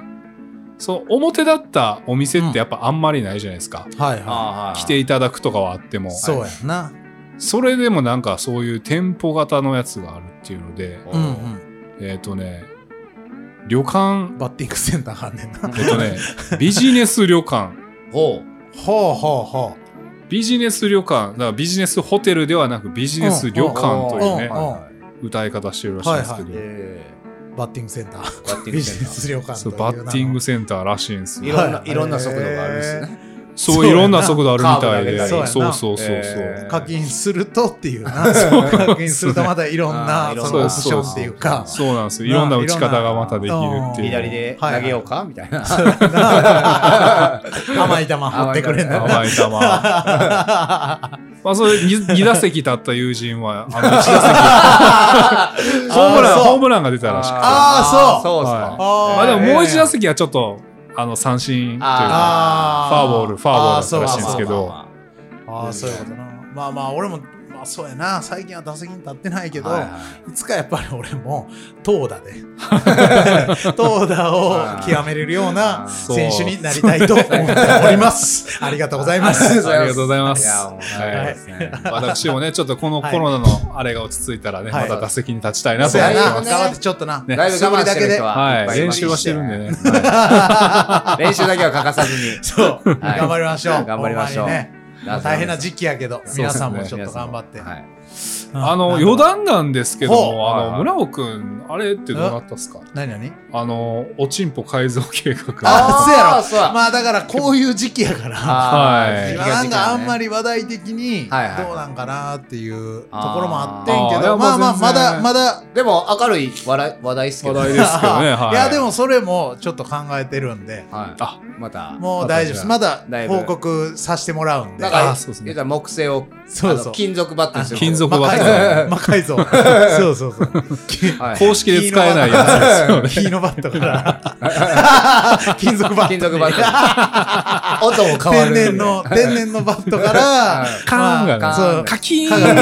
S4: そう表だったお店ってやっぱあんまりないじゃないですか、
S3: はい。は
S2: あー
S4: 来ていただくとかはあっても
S3: い。そうやんな。
S4: それでもなんかそういう店舗型のやつがあるっていうので
S2: お
S3: うんう
S2: ー
S3: ん。
S4: えっ、とね旅館
S3: バッティングセンターがあんねんな。ほう
S4: えっ、と (laughs) ねビジネス旅館
S2: ほう
S3: ほうほ
S4: ビジネス旅館だからビジネスホテルではなくビジネス旅館というね
S3: うんうん
S4: 歌い方してるらしいんですけど、
S2: え
S3: う。バッティングセンター。
S2: ーバッティン
S3: ビ
S2: グ
S3: ジ
S2: セ
S3: ネ
S2: ン
S3: ス旅館
S4: そう
S3: という
S4: バッティング
S3: セ
S4: センターらしいんです
S2: ターい
S4: よ
S2: ろんな
S3: はい
S2: いろんな速度があるんですね。
S4: そういろんな速度あるみたいで
S2: カーブ投げ
S4: そうそうそうそう、
S3: たり
S2: えー
S3: ン課金するとっ
S4: (laughs)
S3: ていうな。課金するとまたいろん
S2: あー
S3: ないそ
S2: ろんな
S3: のオプションっていうか。
S4: そうなんですよ。いろんな打ち方がまたできるっていう。
S2: 左で
S3: はい
S2: 投げようかみたいな。
S3: 甘い球放ってくれんだな。
S4: 甘い球。
S3: (laughs)
S4: まあ、それ2、二打席立った友人は、あの、1打
S3: (laughs)
S4: 席。ホームラン、
S3: そう
S4: ホームランが出たらしくて。
S3: あーそ
S2: そ
S3: う
S2: うっす
S4: はい
S2: か。
S4: まあ、でももう1打
S3: ス
S4: 席はちょっと、あの、三振というか、フ
S3: あ
S4: ァーボール、ファーボールだった
S3: そう
S4: らし
S3: ら
S4: い
S3: しい
S4: んで
S3: んですす
S4: け
S3: け
S4: ど、
S3: ああそういうことなまあまあ俺もまあそうやな最近は打席に立ってないけど、
S2: はい
S3: い
S2: は
S3: つかやっぱり俺も投打で
S4: (laughs)
S3: 投打を極めれるような選手になりたいと思っております
S4: (laughs)
S3: ありがとうございます
S4: ありがとうございま
S2: いい
S4: す。
S2: や、もう
S4: はい
S2: そうですね。
S4: 私もね、ちょっとこの
S3: はい
S4: コロナのあれが落ち着いたらね、
S3: はい
S4: また打席に立ちたいなと
S3: そう
S4: 思
S3: や
S4: って
S3: な
S4: ま
S3: 頑
S4: す。
S3: 張ってちょっとな、
S4: ね
S2: だいぶ我慢してる人は
S4: はい
S2: っぱ
S4: い、
S2: いい
S4: 練
S2: ます
S4: 習はしてるんでね。はい
S2: 練習だけは欠かさずに。
S3: そう、
S2: はい
S3: 頑張りましょう
S2: 頑張りましょう
S3: ほんにね大変な時期やけど、
S2: そう
S3: 皆さんもちょっと頑張って。
S2: はい、
S3: うん
S4: あの、
S3: なんだろう
S4: 余談なんですけど
S3: ほう
S2: は
S4: も、
S2: い
S4: あ
S2: は
S4: の、
S2: い
S4: 村尾くん、あれってどうなったっすか
S3: 何何
S4: あの、おちんぽ改造計画。
S3: あそうやろ
S2: そうや
S3: まあだからこういう時期やから、
S2: あー
S4: はい
S2: 時期が
S3: なんかあんま
S2: り
S3: り話題的にど
S2: はいはいはいう
S3: なんかなっていうところもあってん
S4: あー
S3: け
S4: いや
S3: ど、まあまあ
S4: ま
S3: ま
S4: あ全
S3: だ
S4: 然
S3: まだ、
S2: でも明るい話題話題ですけど
S4: 話題ですけど
S3: (laughs)
S4: ねはい
S3: いやでもそれもちょっと考えてるんで、
S2: はい、
S4: あ
S2: また
S3: もう大丈夫です。まだ
S2: だいぶ
S3: 報告させてもらうんで
S2: だ。から
S4: あそうですね
S2: 言うたら木製を
S3: そう
S2: あ
S3: そ
S2: の
S3: う。
S2: 金属バットにする
S4: 金属
S3: 魔
S4: バ
S3: 改
S4: ッ
S3: 造。魔
S2: (laughs)
S3: 改造。そうそ
S4: (laughs)
S3: うそう。 (laughs)
S2: はい
S4: 公式で使えないやつですよね。
S3: キーノバットから。金属バット。
S2: 金属バット音
S3: (laughs)
S2: も変わ
S3: 天
S2: る
S3: 然の、天然のバットから、
S4: カーンがね
S3: まあ
S2: カーン
S3: そう
S2: が
S4: カキーン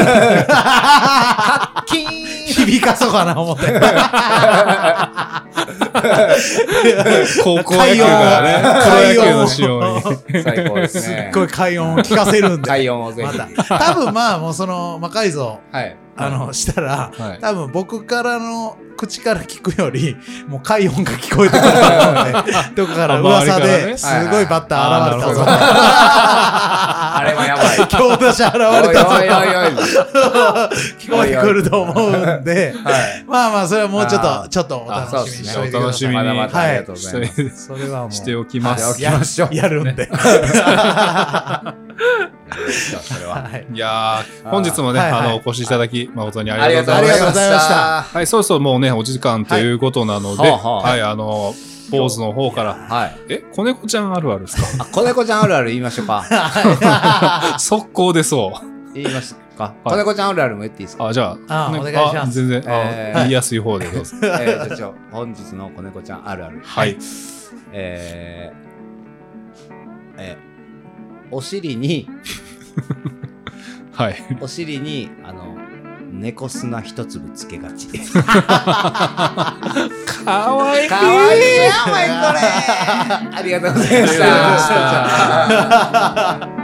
S2: (laughs) キーン
S3: 響かそうかな思
S2: (laughs)
S3: って。
S4: 高校野球からね、プロ野球の仕様
S3: (laughs)
S4: に。
S2: 最高です
S3: す
S2: ね
S3: っごい快音を聞かせるんで。
S2: 快音をぜひ
S3: また。多分まあ、もうその、魔改造、
S2: はい
S3: あの、したら、
S4: はい
S3: 多分僕からの口から聞くより、もう快音が聞こえてくると思うん
S2: (laughs)
S3: で、とかから噂
S4: 周りから
S3: で、
S4: ね
S3: すごいバッター現れたぞ。
S4: あ
S2: あれはやば
S3: (laughs)
S2: い
S3: 強打者現れたぞ。
S2: おいおいおいおい
S3: (laughs) 聞こえてくると思うん
S2: (laughs)
S3: で、
S2: はい
S3: まあまあ、それはもうちょっ
S2: あー
S3: と、ちょっとお
S2: あ
S3: 楽しみにしておいてく
S4: お
S3: だ
S4: 楽
S3: さ
S4: し
S3: い。
S4: みに
S2: まだまだ
S3: はい
S2: ありがとうございます
S3: それはもう。
S4: しておきま
S2: してお
S4: す。
S2: きましょう
S3: やるんで。
S2: それは
S3: はい
S4: いやー本日もね、
S3: はいはい
S4: あの、お越しいただき、誠に
S2: (laughs)
S4: あ
S2: あ
S4: り
S2: りが
S4: が
S2: と
S4: とう
S2: う
S4: ご
S2: ござ
S4: ざい
S2: い
S4: ま
S2: ま
S4: し
S2: したた
S4: た。はい、そろそろもうね、お時間ということなので、
S2: はいはあはあ
S4: はい、あの、ポーズの方から、
S2: はい
S4: え、子猫ちゃんあるあるです
S2: あ子猫ちゃんあるある言いましょうか
S4: か速攻出そう。
S2: 言いましょうか子猫ちゃんあるあるも言っていいですか
S4: あ、じゃあ、
S3: あ
S4: ね
S3: お願いします
S4: あ全然、あ
S2: えー
S4: 言いやすい方でどうぞ。
S2: えーじゃあちょ本日の子猫ちゃんあるある
S4: はい。
S2: えーえーお尻に
S4: はい。
S2: お尻にあの猫砂一粒つけがち
S4: かわい
S2: (laughs)
S4: い
S2: かわい (laughs) いやばいこれありがとうございました